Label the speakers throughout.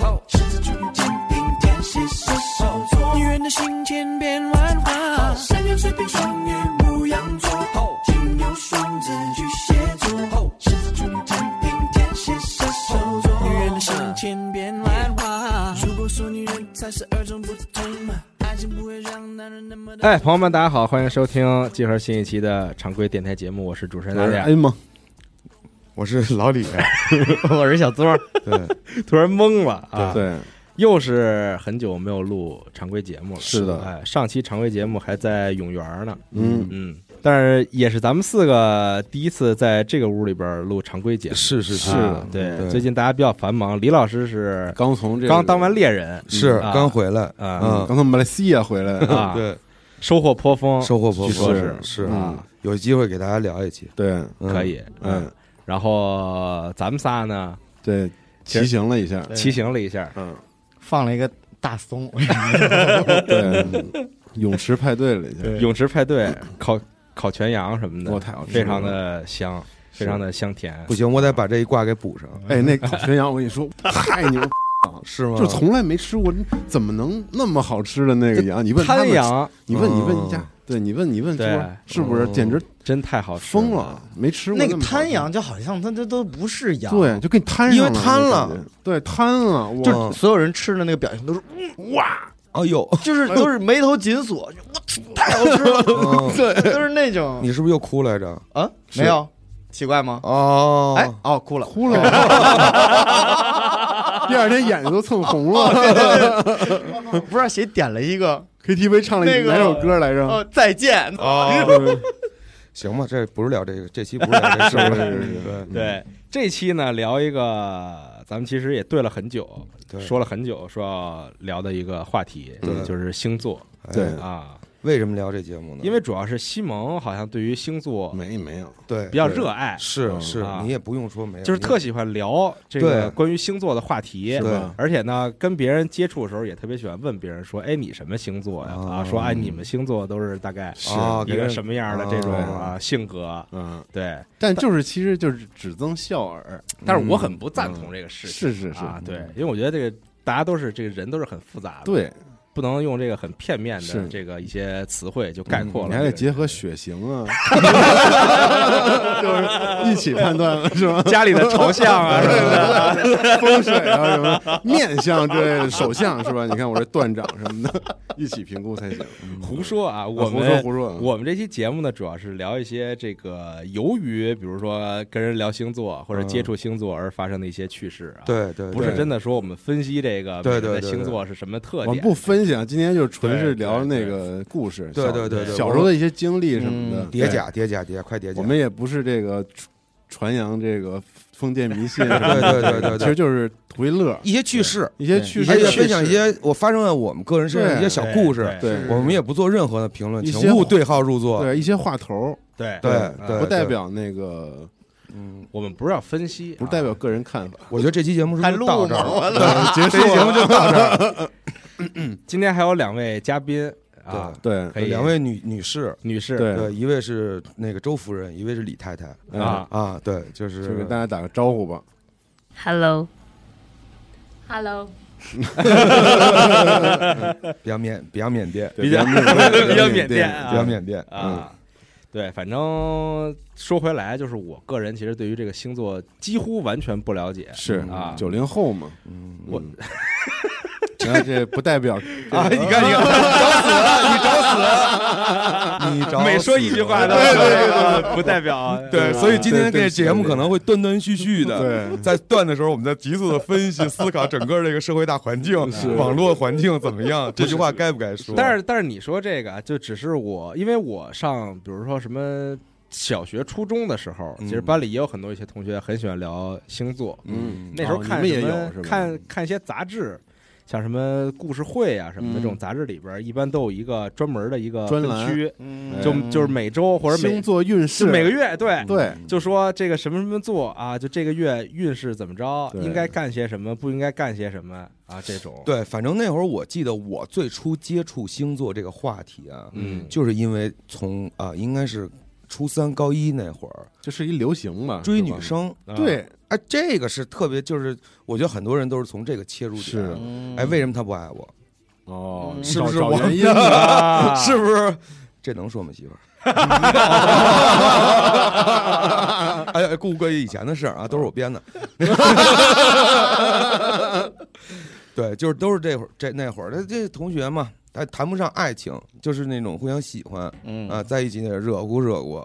Speaker 1: 后，狮子处女肩并肩，是射手座。
Speaker 2: 女人的心千变万化，
Speaker 1: 山羊、水瓶、双鱼、牧羊座后，金牛、双子、巨蟹座后，狮子处女肩并肩，是射手座。
Speaker 2: 女人的心千变万化。如果说女人才是二种不同，爱情不会让男人那么的。
Speaker 3: 哎，朋友们，大家好，欢迎收听集合新一期的常规电台节目，我是主持人
Speaker 4: 我
Speaker 3: 大
Speaker 4: 是
Speaker 5: 哎
Speaker 3: 家。
Speaker 4: 恩吗？我是老李，啊
Speaker 3: 我是小 邹，
Speaker 4: 对
Speaker 3: 突然懵了啊！，
Speaker 4: 对，
Speaker 3: 又是很久没有录常规节目了。
Speaker 4: 是的
Speaker 3: 哎，上期常规节目还在永源呢。
Speaker 4: 嗯，
Speaker 3: 嗯，但是也是咱们四个第一次在这个屋里边录常规节目。
Speaker 4: 是是是
Speaker 3: 啊
Speaker 4: 的，
Speaker 3: 对，
Speaker 4: 对
Speaker 3: 最近大家比较繁忙，李老师是
Speaker 5: 刚从这个
Speaker 3: 刚当完猎人，
Speaker 4: 是
Speaker 3: 啊
Speaker 4: 刚回来，
Speaker 3: 啊，
Speaker 4: 嗯
Speaker 5: 刚，从马来西亚回来，
Speaker 3: 啊哦
Speaker 4: 对，
Speaker 3: 收获颇丰，
Speaker 4: 收获颇
Speaker 3: 据说
Speaker 4: 丰，
Speaker 3: 是
Speaker 4: 是嗯
Speaker 3: 啊，
Speaker 4: 有机会给大家聊一期，
Speaker 5: 对
Speaker 4: 嗯
Speaker 3: 可以，
Speaker 5: 嗯，
Speaker 3: 然后咱们仨呢，
Speaker 5: 对，
Speaker 3: 其实
Speaker 5: 骑行了一下，
Speaker 3: 骑行了一下，
Speaker 5: 嗯，
Speaker 6: 放了一个大松，
Speaker 5: 对，嗯泳池派对了一下，
Speaker 3: 泳池派对，烤烤全羊什么的，
Speaker 5: 我太好吃了
Speaker 3: 非常的香，非常的香甜。
Speaker 4: 不行，我得把这一卦给补上，
Speaker 3: 嗯
Speaker 5: 哎，那烤全羊我跟你说太牛，
Speaker 4: 是吗？
Speaker 5: 就从来没吃过，怎么能那么好吃的那个羊？你问他
Speaker 3: 滩
Speaker 5: 们，
Speaker 3: 羊
Speaker 5: 你问你问
Speaker 4: 嗯
Speaker 5: 一下，对你问你问
Speaker 3: 对
Speaker 5: 桌是不是简直
Speaker 3: 真太好吃，
Speaker 5: 疯。了？没吃过
Speaker 6: 那个
Speaker 5: 么好吃
Speaker 6: 滩羊，就好像它这都不是羊，
Speaker 5: 对，，就给你摊上
Speaker 4: 因为
Speaker 5: 那
Speaker 4: 摊
Speaker 5: 感
Speaker 4: 了
Speaker 5: 觉，对，摊了，哇
Speaker 6: 就所有人吃的那个表情都 是，
Speaker 4: 哎呦，
Speaker 6: 就是都是眉头紧锁，就我操太好吃 了，
Speaker 4: 嗯
Speaker 6: 都是那种
Speaker 4: 你是不是又哭来着？
Speaker 6: 啊，没有奇怪吗？
Speaker 4: 哦，
Speaker 6: 哎，哦，哭 了，
Speaker 5: 哭了。第二天眼睛都蹭红
Speaker 3: 哦
Speaker 5: 了。
Speaker 6: 不知道谁点了一个
Speaker 5: KTV 唱了
Speaker 6: 那
Speaker 5: 一
Speaker 6: 个
Speaker 5: 哪首歌来着？
Speaker 6: 哦，再见，
Speaker 4: 嗯哦，行吧，这不是聊这个，这期不是聊这事儿
Speaker 5: 是是是
Speaker 4: 了，对嗯哎
Speaker 5: 嗯
Speaker 3: 对，这期呢聊一个，咱们其实也对了很久，
Speaker 4: 对
Speaker 3: 说了很久，说要聊的一个话题，
Speaker 4: 对
Speaker 3: 就是星座
Speaker 5: 对
Speaker 4: 对
Speaker 5: 嗯
Speaker 4: 哎，
Speaker 3: 啊，
Speaker 4: 为什么聊这节目呢？
Speaker 3: 因为主要是西蒙好像对于星座
Speaker 5: 没没有，
Speaker 4: 对
Speaker 3: 比较热爱，
Speaker 4: 是是
Speaker 3: 啊，
Speaker 4: 你也不用说没有，
Speaker 3: 就是特
Speaker 4: 你
Speaker 3: 喜欢聊这个
Speaker 4: 对
Speaker 3: 关于星座的话题
Speaker 4: 是，吧
Speaker 3: 而且呢，跟别人接触的时候也特别喜欢问别人说：“哎，你什么星座呀？”
Speaker 4: 哦
Speaker 3: 啊，说：“哎，你们星座都是大概
Speaker 5: 哦
Speaker 4: 啊，
Speaker 3: 一
Speaker 4: 给
Speaker 3: 个
Speaker 4: 人
Speaker 3: 什么样的这种
Speaker 4: 哦
Speaker 3: 啊性格
Speaker 5: 嗯，？”
Speaker 3: 对，
Speaker 5: 但就是其实就是只增笑耳，
Speaker 3: 但是我很不赞同这个事情，
Speaker 5: 是是是嗯
Speaker 3: 啊，对，因为我觉得这个大家都是这个人都是很复杂的，，
Speaker 5: 对，
Speaker 3: 不能用这个很片面的
Speaker 5: 是嗯
Speaker 3: 这个一些词汇就概括了
Speaker 5: 你
Speaker 3: 这个。
Speaker 5: 还得结合血型啊， 就是一起判断了 是吧？
Speaker 3: 家里的朝向 啊什么的，
Speaker 5: 风水啊什么面相之类的，手相是吧？你看我这断掌什么的，一起评估才行。
Speaker 3: 胡说啊！我
Speaker 5: 胡
Speaker 3: 们
Speaker 5: 说胡说啊
Speaker 3: 我们这期节目呢，主要是聊一些这个由于比如说跟人聊星座或者接触星座而发生的一些趣事啊。。
Speaker 4: 对对，
Speaker 3: 不是
Speaker 4: 呃对
Speaker 3: 真的说我们分析这个
Speaker 4: 对
Speaker 3: 每个人的
Speaker 4: 对对
Speaker 3: 星座是什么特
Speaker 5: 我们
Speaker 3: 点，
Speaker 5: 不分析啊，今天就纯是
Speaker 3: 对
Speaker 5: 聊那个故事，
Speaker 4: 对
Speaker 5: 小
Speaker 4: 对对对
Speaker 5: 小时候的一些经历什么的
Speaker 6: 嗯，
Speaker 4: 叠甲叠甲叠甲，快叠
Speaker 5: 对。
Speaker 4: 甲！
Speaker 5: 我们也不是这个传传扬这个封建迷信什么
Speaker 4: 对
Speaker 5: 的，
Speaker 4: 对对对
Speaker 5: 其
Speaker 4: 对
Speaker 5: 实，就是图一乐，
Speaker 4: 一些趣事，
Speaker 5: 一些趣
Speaker 4: 而
Speaker 5: 事，
Speaker 4: 且分享一些我发生在我们个人身上的一些小故事。
Speaker 3: 对
Speaker 5: 对
Speaker 4: 我们也不做任何的评论，
Speaker 5: 一些
Speaker 4: 请勿对号入座。
Speaker 5: 对一些话头，
Speaker 3: 对
Speaker 4: 对
Speaker 3: 啊
Speaker 4: 对
Speaker 5: 不代表那个，
Speaker 4: 嗯，
Speaker 3: 我们不是要分析，啊
Speaker 5: 不代表个人看法。
Speaker 4: 我觉得这期节目是
Speaker 6: 还
Speaker 4: 不是
Speaker 6: 录
Speaker 4: 到这
Speaker 6: 吗？
Speaker 4: 儿了
Speaker 6: 我操
Speaker 5: 结束
Speaker 4: 这期节目就 到这儿了。
Speaker 3: 啊今天还有两位嘉宾啊，
Speaker 5: 对，
Speaker 3: 可以
Speaker 4: 两位女女士，
Speaker 3: 女士
Speaker 5: 对
Speaker 4: 对，一位是那个周夫人，一位是李太太。
Speaker 5: 嗯
Speaker 3: 啊，
Speaker 4: 啊，对，就
Speaker 5: 就是给大家打个招呼吧。
Speaker 7: Hello。Hello，
Speaker 4: 比较缅比较缅甸，啊
Speaker 5: 对比较
Speaker 3: 比较缅
Speaker 5: 甸
Speaker 3: 甸啊
Speaker 4: 比较缅甸。
Speaker 3: 啊。对，反正说回来，就是我个人其实对于这个星座几乎完全不了解，
Speaker 5: 是
Speaker 3: 啊
Speaker 5: 九零后嘛，
Speaker 4: 嗯，
Speaker 3: 我
Speaker 5: 嗯然后这不代表
Speaker 4: 啊，你 看你看，你找死了，你找死了，你找
Speaker 3: 每说一句话
Speaker 4: 死
Speaker 3: 都
Speaker 4: 了
Speaker 3: 不代表
Speaker 4: 对，所以今天这
Speaker 5: 对对
Speaker 4: 个节目可能会断断续续的，
Speaker 5: 对
Speaker 4: 在断的时候，我们在急速的分析、思考整个这个社会大环境、 网络环境怎么样，这句话该不该说？
Speaker 3: 但是但是你说这个啊，就只是我，因为我上比如说什么小学、初中的时候，
Speaker 4: 嗯
Speaker 3: 其实班里也有很多一些同学很喜欢聊星座，
Speaker 4: 嗯
Speaker 3: 那时候
Speaker 5: 哦
Speaker 3: 看
Speaker 5: 你们
Speaker 3: 什
Speaker 5: 也
Speaker 3: 么、
Speaker 5: 有是吧
Speaker 3: 看看一些杂志。像什么故事会啊什么的，
Speaker 5: 嗯
Speaker 3: 这种杂志里边一般都有一个专门的一个
Speaker 5: 专
Speaker 3: 分
Speaker 5: 栏
Speaker 3: 区，
Speaker 6: 嗯
Speaker 3: 就就是每周或者每
Speaker 5: 星座运势，
Speaker 3: 就每个月对
Speaker 5: 对
Speaker 3: 就说这个什么什么座啊，就这个月运势怎么着，
Speaker 5: 对
Speaker 3: 应该干些什么，不应该干些什么啊，这种。，
Speaker 4: 对，反正那会儿我记得我最初接触星座这个话题啊，
Speaker 3: 嗯，
Speaker 4: 就是因为从啊、应该是初三高一那会儿
Speaker 5: 这是一流行吧？
Speaker 4: 追
Speaker 5: 是
Speaker 4: 女
Speaker 5: 吧，
Speaker 4: 生，
Speaker 5: 对，
Speaker 4: 哎，这个是特别，就是我觉得很多人都是从这个切入点。
Speaker 5: 是
Speaker 6: 嗯
Speaker 4: 哎，为什么他不爱我？
Speaker 3: 嗯
Speaker 5: 哦，
Speaker 4: 是
Speaker 5: 找
Speaker 4: 不是
Speaker 5: 找
Speaker 4: 我
Speaker 5: 原因啊？
Speaker 4: 是不是？这能说吗，媳妇儿？ 哎呀，顾哥以前的事儿啊，都是我编的。 对，就是都是这会儿这那会儿的这同学嘛，哎，谈不上爱情，就是那种互相喜欢
Speaker 6: 嗯
Speaker 4: 啊，在一起也热乎热乎，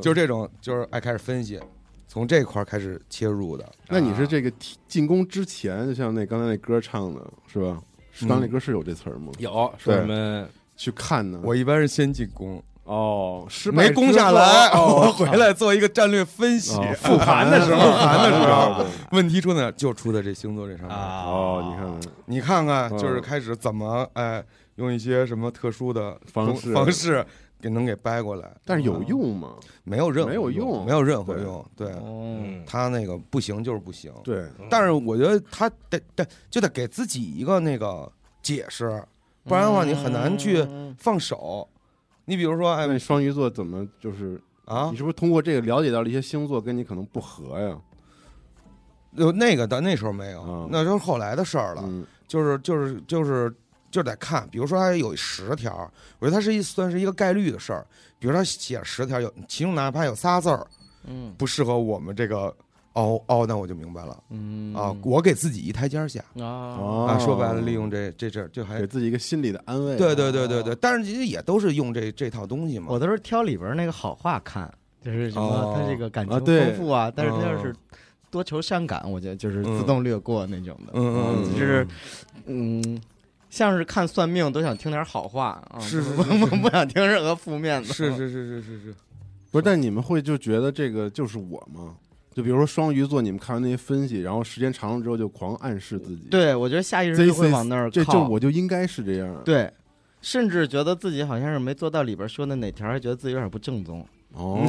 Speaker 4: 就是这种，就是爱开始分析，从这块儿开始切入的。
Speaker 5: 那你是这个踢进攻之前，就像那刚才那歌唱的是吧？是刚才那歌是有这词儿吗？
Speaker 3: 有说
Speaker 5: 对嗯
Speaker 3: 什么
Speaker 5: 去看呢？
Speaker 4: 我一般是先进攻，
Speaker 5: 哦，失败
Speaker 4: 没攻下来，哦我回来做一个战略分析。
Speaker 5: 复盘的时哦候，复盘的时候，
Speaker 4: 问题出在哪儿？就出在这星座这上面。
Speaker 3: 啊？
Speaker 5: 哦，你看看，
Speaker 4: 你看看，
Speaker 5: 嗯
Speaker 4: 就是开始怎么哎，用一些什么特殊的
Speaker 5: 方
Speaker 4: 东
Speaker 5: 式
Speaker 4: 方式给能给掰过来，
Speaker 5: 但是有用吗？
Speaker 4: 没有任何
Speaker 5: 没有用
Speaker 4: 没有任何用。对
Speaker 3: 嗯，
Speaker 4: 他那个不行就是不行，
Speaker 5: 对，
Speaker 4: 但是我觉得他得得就得给自己一个那个解释，不然的话你很难去
Speaker 5: 嗯
Speaker 4: 放手。你比如说，哎
Speaker 5: 那双鱼座怎么就是
Speaker 4: 啊
Speaker 5: 你，是不是通过这个了解到了一些星座跟你可能不合呀？
Speaker 4: 呃那个但那时候没有
Speaker 5: 嗯，
Speaker 4: 那就是后来的事儿了。
Speaker 5: 嗯，
Speaker 4: 就是就是就是就得看，比如说它有十条，我觉得它是一算是一个概率的事儿。比如说它写十条，有其中哪怕有仨字儿
Speaker 6: 嗯
Speaker 4: 不适合我们这个，哦哦，那我就明白了
Speaker 6: 嗯
Speaker 4: 啊，我给自己一台阶儿下
Speaker 6: 啊
Speaker 5: 哦
Speaker 4: 啊。说白了，利用这这阵儿就还
Speaker 5: 给自己一个心理的安慰。
Speaker 4: 对对对对对，但是其实也都是用这这套东西嘛
Speaker 8: 我。都是挑里边那个好话看，就是什
Speaker 4: 哦
Speaker 8: 么他这个感
Speaker 5: 啊
Speaker 8: 情
Speaker 5: 对
Speaker 8: 丰富啊，但是他要
Speaker 4: 嗯
Speaker 8: 是多愁善感，我觉得就是
Speaker 4: 嗯
Speaker 8: 自动略过那种的，
Speaker 4: 嗯嗯嗯
Speaker 8: 啊就是嗯，像是看算命都想听点好话啊，
Speaker 4: 是是
Speaker 8: 不 不不想听任何负面的，
Speaker 4: 是是是是是是，
Speaker 5: 不是，但你们会就觉得这个就是我吗？就比如说双鱼座，你们看完那些分析，然后时间长了之后就狂暗示自己，，
Speaker 8: 对我觉得下意识
Speaker 5: 这
Speaker 8: 就会
Speaker 5: 这
Speaker 8: 往那儿
Speaker 5: 这
Speaker 8: 靠，
Speaker 5: 就我就应该是这样。，
Speaker 8: 对。甚至觉得自己好像是没做到里边说的哪条，还觉得自己有点不正宗，
Speaker 5: 哦，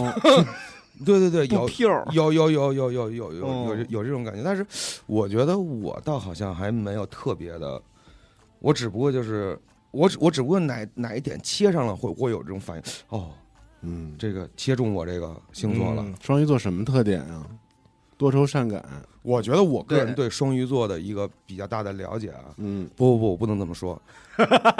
Speaker 4: 对对对，有
Speaker 8: 不 pure。
Speaker 4: 有有有有有有有有
Speaker 8: 嗯
Speaker 4: 有这种感觉，但是我觉得我倒好像还没有特别的，我只不过就是我只我只不过哪哪一点切上了会会有这种反应，哦，
Speaker 5: 嗯，
Speaker 4: 这个切中我这个星座了。
Speaker 3: 嗯
Speaker 5: 双鱼座什么特点啊？多愁善感，
Speaker 4: 我觉得我个人
Speaker 8: 对
Speaker 4: 对双鱼座的一个比较大的了解啊，
Speaker 5: 嗯，
Speaker 4: 不不不，我不能这么说，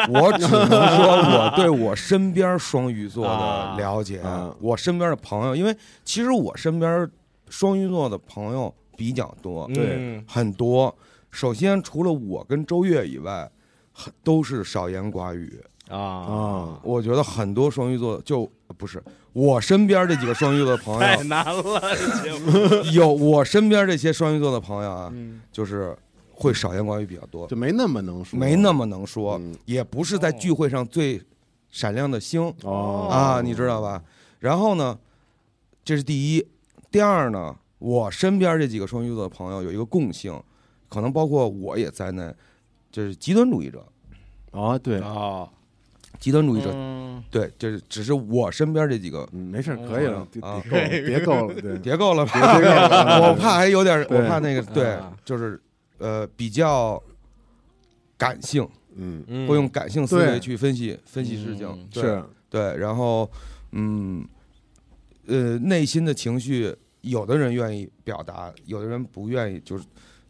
Speaker 4: 我只能说我对我身边双鱼座的了解，
Speaker 5: 啊
Speaker 4: 我身边的朋友，因为其实我身边双鱼座的朋友比较多，
Speaker 3: 嗯
Speaker 5: 对
Speaker 4: 很多。首先，除了我跟周越以外，很都是少言寡语。
Speaker 3: 啊，
Speaker 5: 啊，
Speaker 4: 我觉得很多双鱼座就呃不是我身边这几个双鱼座的朋
Speaker 3: 太
Speaker 4: 友，
Speaker 3: 难 了，嗯
Speaker 4: 有我身边这些双鱼座的朋友啊，就是会少言寡语比较多，
Speaker 5: 就没那么能说，
Speaker 4: 没那么能说，
Speaker 5: 嗯
Speaker 4: 也不是在聚会上最闪亮的星
Speaker 5: 哦
Speaker 4: 啊，你知道吧？然后呢，这是第一，第二呢，我身边这几个双鱼座的朋友有一个共性，可能包括我也在内，就是极端主义者。
Speaker 5: 啊，对，
Speaker 3: 啊，
Speaker 4: 极端主义者，
Speaker 8: 嗯，
Speaker 4: 对，就是只是我身边这几个，
Speaker 5: 嗯，没事儿，可以了，别
Speaker 4: 啊
Speaker 5: 别够了，别够了，对，
Speaker 4: 别够了吧，
Speaker 5: 别够了嗯
Speaker 4: 我怕还有点，
Speaker 5: 对
Speaker 4: 我怕那个，对
Speaker 3: 啊，
Speaker 4: 就是呃比较感性，
Speaker 5: 嗯，
Speaker 3: 嗯
Speaker 4: 会用感性思维
Speaker 5: 对
Speaker 4: 去分析分析事情
Speaker 8: 嗯，
Speaker 4: 对
Speaker 5: 是，啊
Speaker 4: 对，然后嗯，呃，内心的情绪，有的人愿意表达，有的人不愿意，就是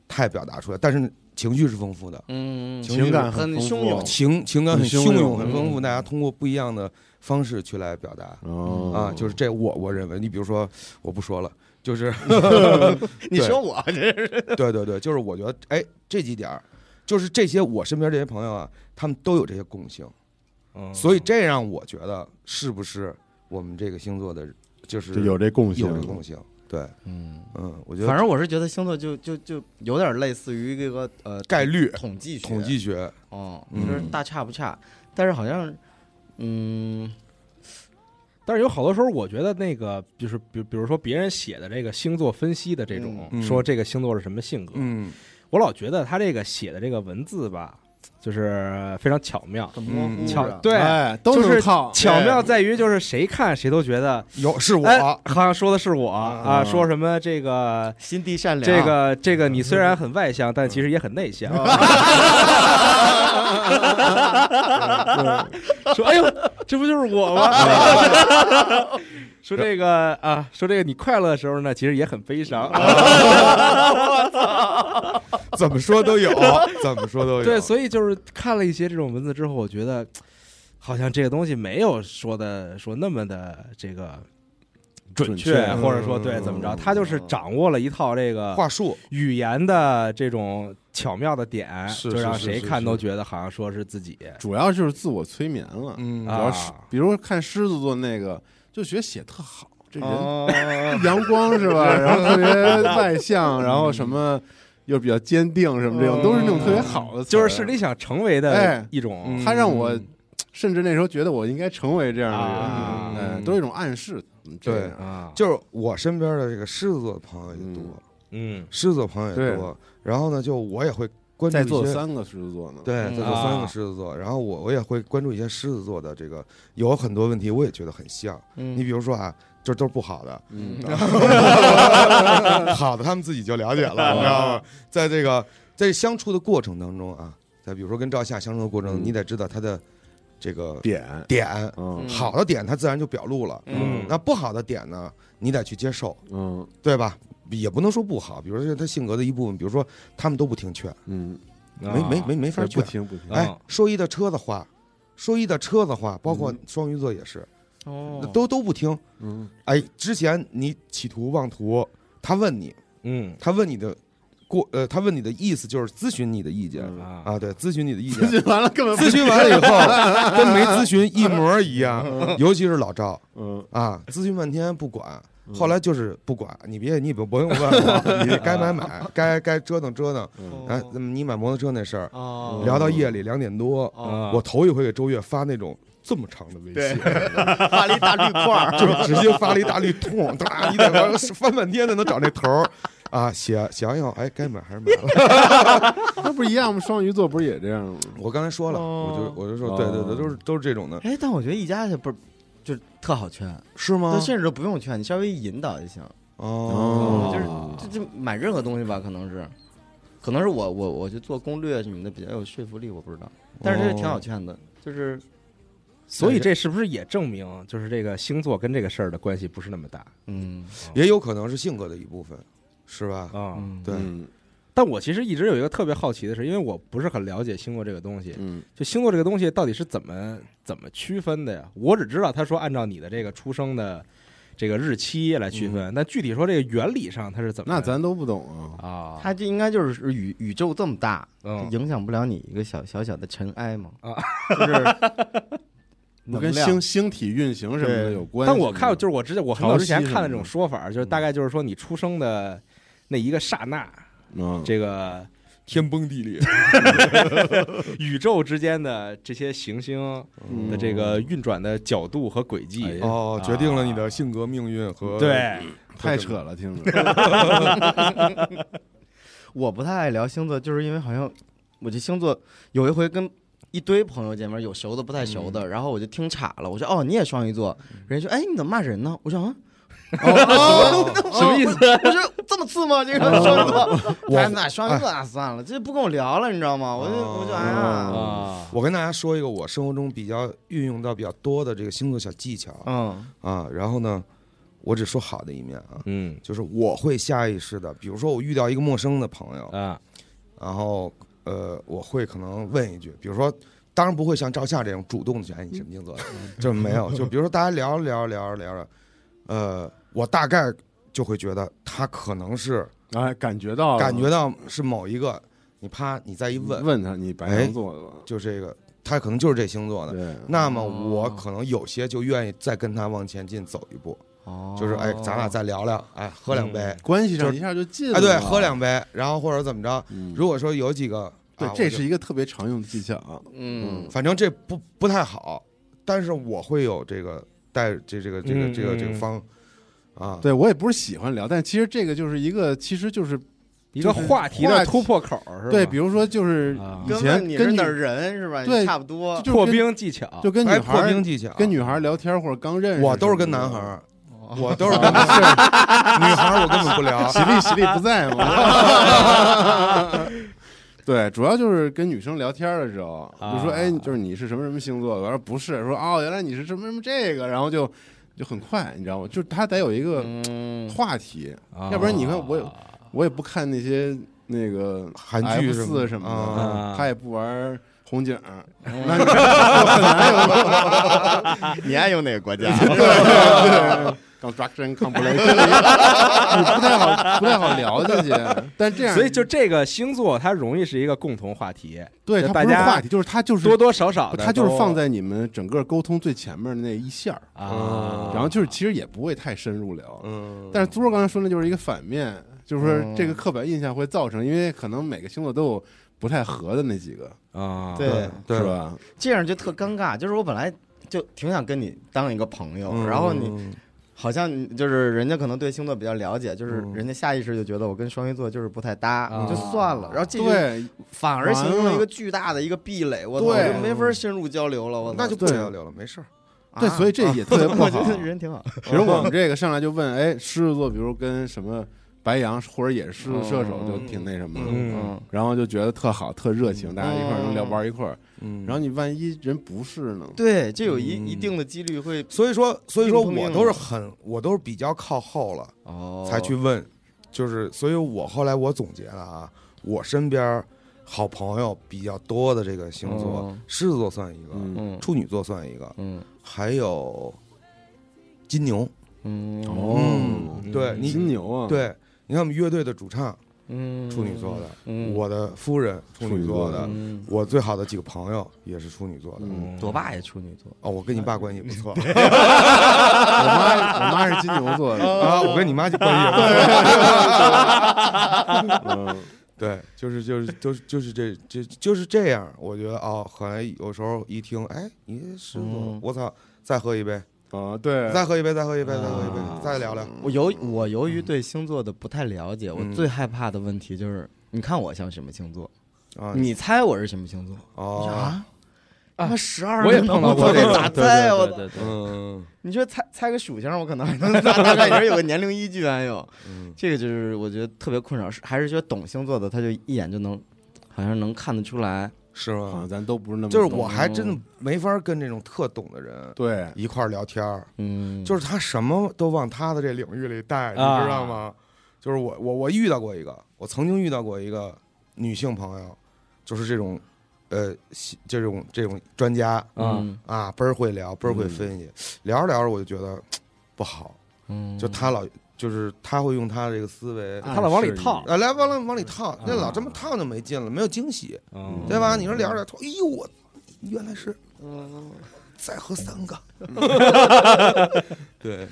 Speaker 4: 太表达出来，但是情绪是丰富的，
Speaker 8: 嗯，
Speaker 4: 情绪
Speaker 5: 情感
Speaker 8: 很
Speaker 5: 丰
Speaker 8: 汹
Speaker 5: 富
Speaker 8: 涌
Speaker 4: 情情感很
Speaker 5: 很汹
Speaker 4: 汹涌，
Speaker 5: 涌
Speaker 4: 很丰富，
Speaker 8: 嗯
Speaker 4: 大家通过不一样的方式去来表达。
Speaker 5: 哦
Speaker 4: 啊，就是这我我认为，你比如说，我不说了，就是
Speaker 8: 你说我这是
Speaker 4: 对对对，就是我觉得，哎，这几点儿，就是这些我身边这些朋友啊，他们都有这些共性，
Speaker 3: 嗯
Speaker 4: 所以这让我觉得是不是我们这个星座的，就是
Speaker 5: 就有这共性，
Speaker 4: 有这共性，对，
Speaker 8: 嗯，
Speaker 4: 嗯，我觉
Speaker 8: 反
Speaker 4: 得
Speaker 8: 正我是觉得星座就就就有点类似于一个呃
Speaker 4: 概率
Speaker 8: 统计学，
Speaker 4: 统计学，
Speaker 8: 哦，
Speaker 4: 嗯
Speaker 8: 就是大差不差，但是好像嗯
Speaker 3: 但是有好多时候，我觉得那个就是，比比如说别人写的这个星座分析的这种，
Speaker 4: 嗯
Speaker 3: 说这个星座是什么性格，
Speaker 4: 嗯，
Speaker 3: 我老觉得他这个写的这个文字吧，就是非常巧妙，
Speaker 8: 很模糊
Speaker 4: 嗯
Speaker 8: 是
Speaker 3: 巧
Speaker 8: 吧，
Speaker 3: 对，
Speaker 5: 哎，都
Speaker 3: 就是
Speaker 5: 能套，
Speaker 3: 巧妙在于就是谁看谁都觉得。
Speaker 4: 有是我，
Speaker 3: 哎，好像说的是我啊，
Speaker 5: 啊
Speaker 3: 说什么这个
Speaker 8: 心地善良，
Speaker 3: 这个这个，你虽然很外向，但其实也很内向。 说哎呦，这不就是我吗？说这个啊，说这个你快乐的时候呢，其实也很悲伤。
Speaker 4: 怎么说都有，怎么说都有。
Speaker 3: 对，所以就是看了一些这种文字之后，我觉得好像这个东西没有说的说那么的这个
Speaker 5: 准
Speaker 3: 确，
Speaker 5: 确
Speaker 3: 或者说对怎么着，他就是掌握了一套这个
Speaker 4: 话术
Speaker 3: 语言的这种巧妙的点，
Speaker 4: 是
Speaker 3: 就是让
Speaker 4: 是
Speaker 3: 谁
Speaker 4: 是
Speaker 3: 看
Speaker 4: 是
Speaker 3: 都觉得好像说是自己。
Speaker 5: 主要就是自我催眠了。
Speaker 4: 嗯
Speaker 5: 主要是
Speaker 3: 啊
Speaker 5: 比如看狮子座那个，就觉得写特好，这人
Speaker 8: 哦，
Speaker 5: 阳光是 吧？然后特别外向，然后什么又比较坚定，什么这种都是那种特别好的词儿，啊
Speaker 3: 就是是你想成为的
Speaker 5: 哎
Speaker 3: 一种
Speaker 5: 他让我甚至那时候觉得我应该成为这样的
Speaker 3: 啊
Speaker 5: 人，哎，都是一种暗示。嗯这
Speaker 4: 对
Speaker 5: 样
Speaker 3: 啊，
Speaker 4: 就是我身边的这个狮子座的朋友也多，
Speaker 5: 嗯
Speaker 3: 嗯
Speaker 4: 狮子座朋友也多。然后呢，就我也会关注
Speaker 5: 在
Speaker 4: 一
Speaker 5: 座
Speaker 4: 些
Speaker 5: 有三个狮子座呢，，
Speaker 4: 对，在
Speaker 8: 嗯
Speaker 4: 座三
Speaker 3: 啊
Speaker 4: 个狮子座。然后我我也会关注一些狮子座的这个，有很多问题我也觉得很像。你
Speaker 8: 嗯，
Speaker 4: 比如说啊，这都是不好的，
Speaker 5: 嗯，
Speaker 4: 好的他们自己就了解
Speaker 5: 嗯
Speaker 4: 了，你知道吗？在这个在相处的过程当中啊，在比如说跟赵夏相处的过程中，
Speaker 5: 嗯
Speaker 4: 你得知道他的这个
Speaker 5: 点，
Speaker 4: 点，
Speaker 5: 嗯
Speaker 4: 好的点他自然就表露了，
Speaker 3: 嗯
Speaker 4: 那不好的点呢，你得去接受，
Speaker 5: 嗯
Speaker 4: 对吧？也不能说不好，比如说他性格的一部分，比如说他们都不听劝，
Speaker 5: 嗯，
Speaker 4: 没没
Speaker 3: 啊
Speaker 4: 没没法
Speaker 5: 不
Speaker 4: 劝。
Speaker 5: 听啊不听，
Speaker 4: 哎
Speaker 3: 嗯，
Speaker 4: 说一的车的话，说一的车的话，包括双鱼座也是，
Speaker 8: 哦，
Speaker 4: 都都不听。
Speaker 5: 嗯
Speaker 4: 哎，之前你企图妄图，他问你，
Speaker 3: 嗯
Speaker 4: 他问你的过呃，他问你的意思就是咨询你的意见、
Speaker 5: 嗯
Speaker 3: 啊
Speaker 4: 啊，对，咨询你的意
Speaker 5: 咨
Speaker 4: 见，
Speaker 5: 询 完了根本不
Speaker 4: 咨询完了以 后跟没咨询一模一样，尤其是老赵
Speaker 5: 嗯
Speaker 4: 啊，咨询半天不管。后来就是不管你别你不不用 问我，你该买买，该该折腾折腾。
Speaker 5: 嗯
Speaker 4: 哎，那么你买摩托车那事儿
Speaker 8: 哦，
Speaker 4: 聊到夜里两点多，
Speaker 5: 嗯
Speaker 3: 啊
Speaker 4: 我头一回给周越发那种这么长的微信，
Speaker 8: 发了一大绿块儿，
Speaker 4: 就直接发了一大绿通，哒，你得 翻翻半天才能找那头儿啊，想想想，哎，该买还是买 了。
Speaker 5: 那不是一样吗？双鱼座不是也这样吗？
Speaker 4: 我刚才说了，我就我就说，对对对，都是都是这种的，
Speaker 8: 哎，但我觉得一家也不是，就是特好劝，
Speaker 4: 是吗
Speaker 8: 但？甚至都不用劝，你稍微引导就行。
Speaker 4: 哦，
Speaker 8: 就是这这买任何东西吧，可能是，可能是我我我去做攻略什么的比较有说服力，我不知道，但是这是挺好劝的，就是
Speaker 3: 所以这是不是也证明，就是这个星座跟这个事儿的关系不是那么大
Speaker 8: 嗯
Speaker 4: 也有可能是性格的一部分，是吧？
Speaker 3: 啊？
Speaker 8: 嗯
Speaker 4: 对，
Speaker 5: 嗯
Speaker 3: 但我其实一直有一个特别好奇的是，因为我不是很了解星座这个东西，
Speaker 5: 嗯
Speaker 3: 就星座这个东西到底是怎么怎么区分的呀？我只知道他说按照你的这个出生的这个日期来区分，但具体说这个原理上它是怎么？
Speaker 5: 嗯那咱都不懂啊，
Speaker 3: 啊，
Speaker 8: 它就应该就是宇宇宙这么大，
Speaker 3: 嗯
Speaker 8: 影响不了你一个小小小的尘埃嘛，
Speaker 3: 啊，
Speaker 8: 就是
Speaker 5: 不
Speaker 8: 能
Speaker 5: 跟
Speaker 8: 量
Speaker 5: 星星体运行什么的
Speaker 8: 对
Speaker 5: 有关系 吗。
Speaker 3: 但我看就是我之前我很早之前
Speaker 5: 潮汐什么的
Speaker 3: 看的这种说法，就是大概就是说你出生的那一个刹那，
Speaker 5: 嗯
Speaker 3: 这个
Speaker 4: 天崩地裂，
Speaker 5: 嗯
Speaker 3: 宇宙之间的这些行星的这个运转的角度和轨迹。
Speaker 5: 哎哦嗯
Speaker 4: 哦，决定了你的性格命运和
Speaker 3: 对，
Speaker 5: 太扯了，听着。
Speaker 8: 我不太爱聊星座，就是因为好像我这星座有一回跟一堆朋友见面，有熟的不太熟的，然后我就听岔了，我说哦你也双鱼座，人家说哎你怎么骂人呢？我说啊。哦
Speaker 3: 什么意思？
Speaker 8: 我说这么次吗？这个双鱼座，我那双鱼座啊，算了，这不跟我聊了，你知道吗？我就我就哎呀，
Speaker 3: 啊，
Speaker 4: 我跟大家说一个我生活中比较运用到比较多的这个星座小技巧
Speaker 8: 嗯
Speaker 4: 啊，然后呢，我只说好的一面啊，
Speaker 3: 嗯
Speaker 4: 就是我会下意识的，比如说我遇到一个陌生的朋友，
Speaker 3: 啊，
Speaker 4: 然后呃，我会可能问一句，比如说，当然不会像赵夏这种主动的去，哎，你什么星座的？
Speaker 5: 嗯
Speaker 4: 就没有，就比如说大家聊着聊着聊着聊着，呃，我大概就会觉得他可能是
Speaker 5: 哎，感觉到了
Speaker 4: 感觉到是某一个，你啪，你再一问，
Speaker 5: 问他你白羊座的吧？
Speaker 4: 就这个，他可能就是这星座的。
Speaker 5: 对，
Speaker 4: 那么我可能有些就愿意再跟他往前进走一步，
Speaker 8: 哦
Speaker 4: 就是哎，咱俩再聊聊，哎，喝两杯，
Speaker 5: 关系上一下就近了。
Speaker 4: 哎，对，喝两杯，然后或者怎么着？
Speaker 5: 嗯。
Speaker 4: 如果说有几个，
Speaker 5: 对
Speaker 4: 啊，
Speaker 5: 这
Speaker 4: 我就是
Speaker 5: 一个特别常用的技巧。啊
Speaker 8: 嗯
Speaker 4: 反正这不不太好，但是我会有这个带这这个这个这个这个
Speaker 3: 嗯
Speaker 4: 方啊，
Speaker 5: 对我也不是喜欢聊，但其实这个就是一个，其实就是
Speaker 3: 一个话题的突破口是吧？
Speaker 5: 对，比如说就是
Speaker 3: 啊
Speaker 5: 以
Speaker 8: 跟
Speaker 5: 前
Speaker 8: 问你
Speaker 5: 跟
Speaker 8: 是
Speaker 5: 女
Speaker 8: 哪儿人是吧？
Speaker 5: 对
Speaker 8: 差不多
Speaker 5: 就。就
Speaker 3: 破
Speaker 5: 跟
Speaker 3: 冰技巧，
Speaker 5: 就跟女孩
Speaker 4: 哎，破冰
Speaker 5: 儿
Speaker 4: 技巧，
Speaker 5: 跟女孩儿聊天或者刚认识什么的，
Speaker 4: 我都是跟男孩儿，我都是跟男孩儿， 啊 女孩儿我根本不聊
Speaker 5: 喜力喜力不在嘛，对，主要就是跟女生聊天的时候，
Speaker 3: 啊
Speaker 5: 就说哎，就是你是什么什么星座的，我说不是，说哦，原来你是什么什么这个，然后就就很快，你知道吗？就是他得有一个
Speaker 8: 嗯，
Speaker 5: 话题，
Speaker 3: 啊
Speaker 5: 要不然你看我有我也不看那些那个
Speaker 4: 韩剧什么的
Speaker 5: 四什么
Speaker 3: 啊
Speaker 5: 的，他也不玩红警，那你很难有
Speaker 8: 你爱用哪个国家？
Speaker 5: 对对 construction compilation，你不太好不太好聊这些，但这样
Speaker 3: 所以就这个星座，它容易是一个共同话题，
Speaker 5: 对
Speaker 3: 就
Speaker 5: 它
Speaker 3: 大
Speaker 5: 不是
Speaker 3: 家
Speaker 5: 话题，就是它就是
Speaker 3: 多多少少的
Speaker 5: 它就是
Speaker 3: 都
Speaker 5: 放在你们整个沟通最前面的那一线儿
Speaker 3: 啊，
Speaker 5: 然后就是其实也不会太深入聊。
Speaker 4: 嗯，
Speaker 5: 但是猪肉刚才说那就是一个反面，就是说这个刻板印象会造成，因为可能每个星座都有不太合的那几个，
Speaker 3: 啊，
Speaker 8: 对，
Speaker 4: 对
Speaker 5: 是吧？
Speaker 8: 这样就特尴尬。就是我本来就挺想跟你当一个朋友，然后你
Speaker 4: 嗯
Speaker 8: 好像你就是人家可能对星座比较了解，就是
Speaker 4: 嗯
Speaker 8: 人家下意识就觉得我跟双鱼座就是不太搭，
Speaker 3: 啊
Speaker 8: 我就算了。然后这就
Speaker 5: 对，
Speaker 8: 反而形成
Speaker 5: 完
Speaker 8: 了
Speaker 5: 了
Speaker 8: 一个巨大的一个壁垒，我操，
Speaker 5: 对
Speaker 8: 我就没法深入交流了。我操
Speaker 4: 那就不
Speaker 5: 对
Speaker 4: 要聊了，没事儿。
Speaker 5: 对，所以这也特别不
Speaker 8: 我
Speaker 5: 好
Speaker 8: 觉。得人挺好。
Speaker 5: 比 如我们这个上来就问，哎，狮子座，比如跟什么白羊或者也是狮子射
Speaker 4: 嗯
Speaker 5: 手，就挺那什么的，
Speaker 3: 嗯，
Speaker 8: 嗯，
Speaker 5: 然后就觉得特好、特热情，大家一块儿能聊玩一块儿。
Speaker 4: 嗯
Speaker 5: 然后你万一人不是呢？
Speaker 8: 对，这有一一定的几率会
Speaker 4: 所以说，所以说
Speaker 8: 硬碰硬
Speaker 4: 我都是很，我都是比较靠后了
Speaker 8: 哦
Speaker 4: 才去问，就是，所以我后来我总结了啊，我身边好朋友比较多的这个星座
Speaker 8: 哦，
Speaker 4: 狮子座算一个，
Speaker 5: 嗯，
Speaker 8: 嗯
Speaker 4: 处女座算一个，
Speaker 8: 嗯
Speaker 4: 还有金牛。
Speaker 8: 嗯
Speaker 5: 哦，
Speaker 4: 对
Speaker 3: 嗯
Speaker 4: 你
Speaker 5: 金牛啊，，
Speaker 4: 对，你看我们乐队的主唱
Speaker 8: 嗯
Speaker 5: 哦
Speaker 4: 处女座的，
Speaker 8: 嗯
Speaker 4: 我的夫人处女座的，
Speaker 8: 嗯
Speaker 4: 我最好的几个朋友也是处女座的。
Speaker 5: 嗯，
Speaker 8: 我爸也处女座，
Speaker 4: 哦，我跟你爸关系不错
Speaker 5: 我妈我妈是金牛座 的，
Speaker 4: 啊，我跟你妈就关系也不错。
Speaker 5: 嗯，
Speaker 4: 对，就是就是就是就是这这就是这样。我觉得哦，好像有时候一听，哎，你是
Speaker 8: 嗯
Speaker 4: 我，我操，再喝一杯，
Speaker 5: 啊，对，
Speaker 4: 再喝一杯，再喝一杯，再喝一杯，再聊聊。
Speaker 8: 我由我由于对星座的不太了解，我
Speaker 4: 嗯
Speaker 8: 最害怕的问题就是，你看我像什么星座？
Speaker 4: 啊，
Speaker 8: 你猜我是什么星座？我
Speaker 4: 哦，
Speaker 8: 说啊，他妈十二，
Speaker 3: 我也碰到过这个
Speaker 8: 我咋猜啊？我操！
Speaker 3: 对对对对
Speaker 4: 嗯，
Speaker 8: 你说猜猜个属相，我可能还能大概也是有个年龄依据，还有
Speaker 4: 嗯
Speaker 8: 这个就是我觉得特别困扰，是还是觉得懂星座的他就一眼就能，好像能看得出来。
Speaker 4: 是
Speaker 5: 好像
Speaker 4: 吗？
Speaker 5: 啊咱都不是那么，
Speaker 4: 就是我还真的没法跟这种特懂的人
Speaker 5: 对，
Speaker 4: 一块儿聊天儿，
Speaker 8: 嗯，
Speaker 4: 就是他什么都往他的这领域里带，你
Speaker 3: 啊
Speaker 4: 知道吗？就是我我我遇到过一个，我曾经遇到过一个女性朋友，就是这种，呃，西这种这种专家
Speaker 3: 啊，
Speaker 8: 嗯
Speaker 4: 啊，倍儿会聊，倍儿
Speaker 3: 嗯
Speaker 4: 会分析，聊着聊着我就觉得不好，
Speaker 8: 嗯，
Speaker 4: 就他老就是他会用他这个思维。
Speaker 5: 啊
Speaker 4: 啊
Speaker 3: 他老嗯往里套，啊
Speaker 4: 来，往里往里套，那老这么套就没劲了，没有惊喜，
Speaker 3: 嗯
Speaker 4: 对吧？你说聊着聊着，哎呦，我原来是，
Speaker 7: 嗯
Speaker 4: 再喝三个，嗯 对，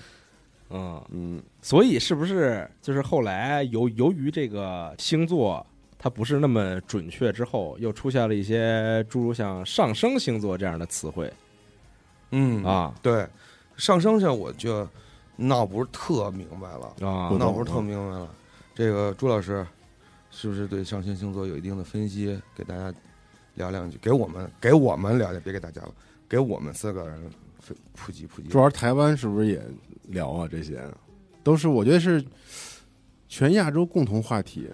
Speaker 3: 嗯，
Speaker 5: 嗯，
Speaker 3: 所以是不是就是后来由由于这个星座它不是那么准确之后，又出现了一些诸如像上升星座这样的词汇
Speaker 4: 嗯
Speaker 3: 啊
Speaker 4: 对，上升上我就闹不是特明白了，
Speaker 3: 啊
Speaker 5: 我
Speaker 4: 闹
Speaker 5: 懂
Speaker 4: 不是特明白了。这个朱老师是不是对上升星座有一定的分析？给大家聊两句，给我们给我们聊聊，别给大家了，给我们四个人分普及普及
Speaker 5: 主。要是台湾是不是也聊啊？这些都是我觉得是全亚洲共同话题，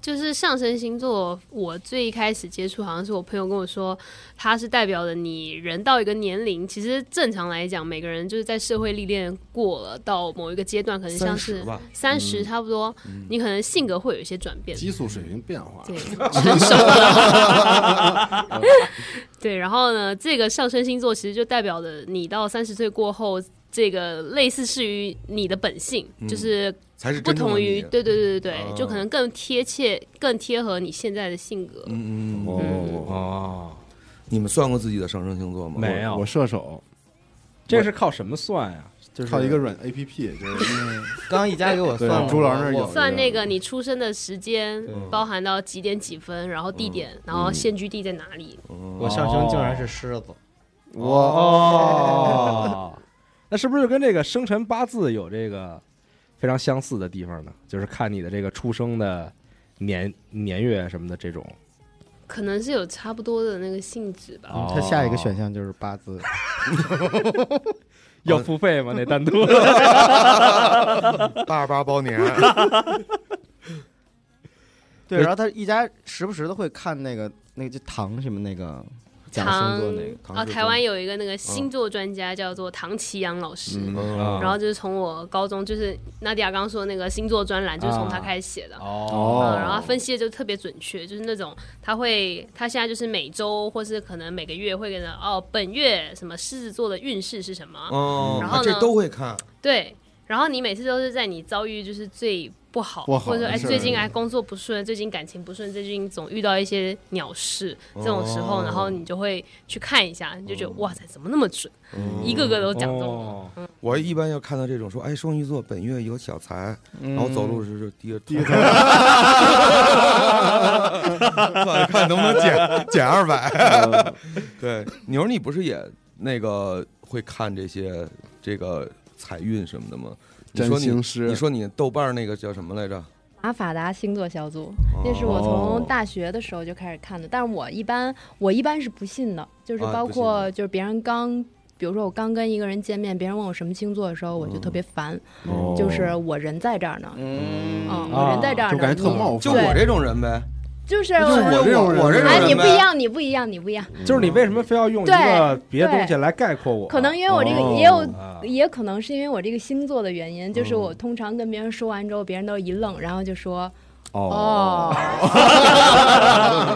Speaker 7: 就是上升星座，我最一开始接触好像是我朋友跟我说，它是代表着你人到一个年龄，其实正常来讲，每个人就是在社会历练过了到某一个阶段，可能像是
Speaker 4: 30吧，
Speaker 7: 三十嗯差不多，你可能性格会有一些转变，
Speaker 5: 激素水平变化，
Speaker 7: 对，成熟了。 对，然后呢，这个上升星座其实就代表着你到三十岁过后，这个类似是于你的本性，就是
Speaker 4: 才是
Speaker 7: 不
Speaker 4: 真正的
Speaker 7: 同于
Speaker 4: 你
Speaker 7: 对对对对对，
Speaker 4: 啊
Speaker 8: 哦
Speaker 7: 就可能更贴切、更贴合你现在的性格。
Speaker 4: 嗯嗯嗯，
Speaker 5: 哦，
Speaker 3: 哦，
Speaker 4: 你们算过自己的上升星座吗？
Speaker 3: 没有
Speaker 5: 我射手
Speaker 3: 这个是靠什么算呀？就是
Speaker 5: 靠一个软 A P P，就是
Speaker 8: 刚刚宜家给我
Speaker 5: 对
Speaker 8: 算了，
Speaker 5: 朱老师那儿有
Speaker 8: 我
Speaker 7: 算那个你出生的时间，
Speaker 8: 啊
Speaker 7: 包含到几点几分，然后地
Speaker 8: 嗯
Speaker 7: 点，然后现居地在哪里。
Speaker 8: 我上升竟然是狮子，
Speaker 3: 哦，那是不是就跟这个生辰八字有这个非常相似的地方呢？就是看你的这个出生的年年月什么的这种。
Speaker 7: 可能是有差不多的那个性质吧，
Speaker 8: 嗯他下一个
Speaker 3: 哦
Speaker 8: 选项就是八字，
Speaker 3: 要付费吗？那单 独
Speaker 4: 八十八包年，
Speaker 8: 对，然后他一家时不时的会看那个那个就唐什么那个讲星
Speaker 7: 唐
Speaker 8: 座哦那个唐
Speaker 7: 啊，
Speaker 8: 氏
Speaker 7: 台
Speaker 8: 综
Speaker 7: 湾有一个那个星座专家叫做唐奇阳老师，
Speaker 8: 嗯
Speaker 4: 嗯
Speaker 3: 啊
Speaker 8: 哦
Speaker 7: 然后就是从我高中，就是娜迪亚刚刚说的那个星座专栏，就是
Speaker 8: 啊
Speaker 7: 从他开始写的。
Speaker 3: 哦
Speaker 7: 嗯，然后他分析的就特别准确，就是那种他会，他现在就是每周或是可能每个月会跟人哦，本月什么狮子座的运势是什么，
Speaker 4: 哦
Speaker 7: 然后呢
Speaker 4: 这都会看，
Speaker 7: 对，然后你每次都是在你遭遇就是最不好，
Speaker 5: 不好
Speaker 7: 或者
Speaker 5: 的
Speaker 7: 说哎
Speaker 5: 事儿
Speaker 7: 最近哎工作不顺，最近感情不顺，最近总遇到一些鸟事这种时候，
Speaker 4: 哦
Speaker 7: 然后你就会去看一下，你就觉得哇塞，怎么那么准，一个个都讲中了。
Speaker 3: 哦
Speaker 4: 我一般要看到这种说，哎，双鱼座本月有小财，然后走路时就低着
Speaker 5: 嗯
Speaker 4: 低着头，看看能不能减减二百。 对，牛儿你不是也那个会看这些这个财运什么的吗？你
Speaker 5: 占
Speaker 4: 说
Speaker 5: 星
Speaker 4: 你
Speaker 5: 师，
Speaker 4: 你说你豆瓣儿那个叫什么来着？
Speaker 9: 阿法达星座小组，那是我
Speaker 5: 哦
Speaker 9: 从大学的时候就开始看的，但是我一般我一般是不信的，就是
Speaker 4: 啊
Speaker 9: 包
Speaker 4: 不信
Speaker 9: 括
Speaker 4: 的
Speaker 9: 就是别人刚。比如说我刚跟一个人见面，别人问我什么星座的时候，我就特别烦，
Speaker 5: 哦啊
Speaker 9: 就是我人在这儿呢，
Speaker 8: 嗯
Speaker 9: 嗯，我人在这儿
Speaker 5: 就
Speaker 9: 呢，
Speaker 5: 感觉特
Speaker 9: 你
Speaker 5: 冒犯，
Speaker 4: 就
Speaker 9: 对
Speaker 4: 我这种人呗，
Speaker 9: 就是
Speaker 5: 就是我这种人，
Speaker 4: 我这种
Speaker 9: 哎，
Speaker 4: 人
Speaker 9: 你不
Speaker 4: 呗
Speaker 9: 一样，你不一样，你不一样，
Speaker 3: 就是你为什么非要用一个别的东西
Speaker 9: 对
Speaker 3: 来概括我？
Speaker 9: 可能因为我这个
Speaker 5: 哦
Speaker 9: 也有
Speaker 3: 啊
Speaker 9: 也可能是因为我这个星座的原因，就是我通常跟别人说完之后，别人都一愣，然后就说 哦，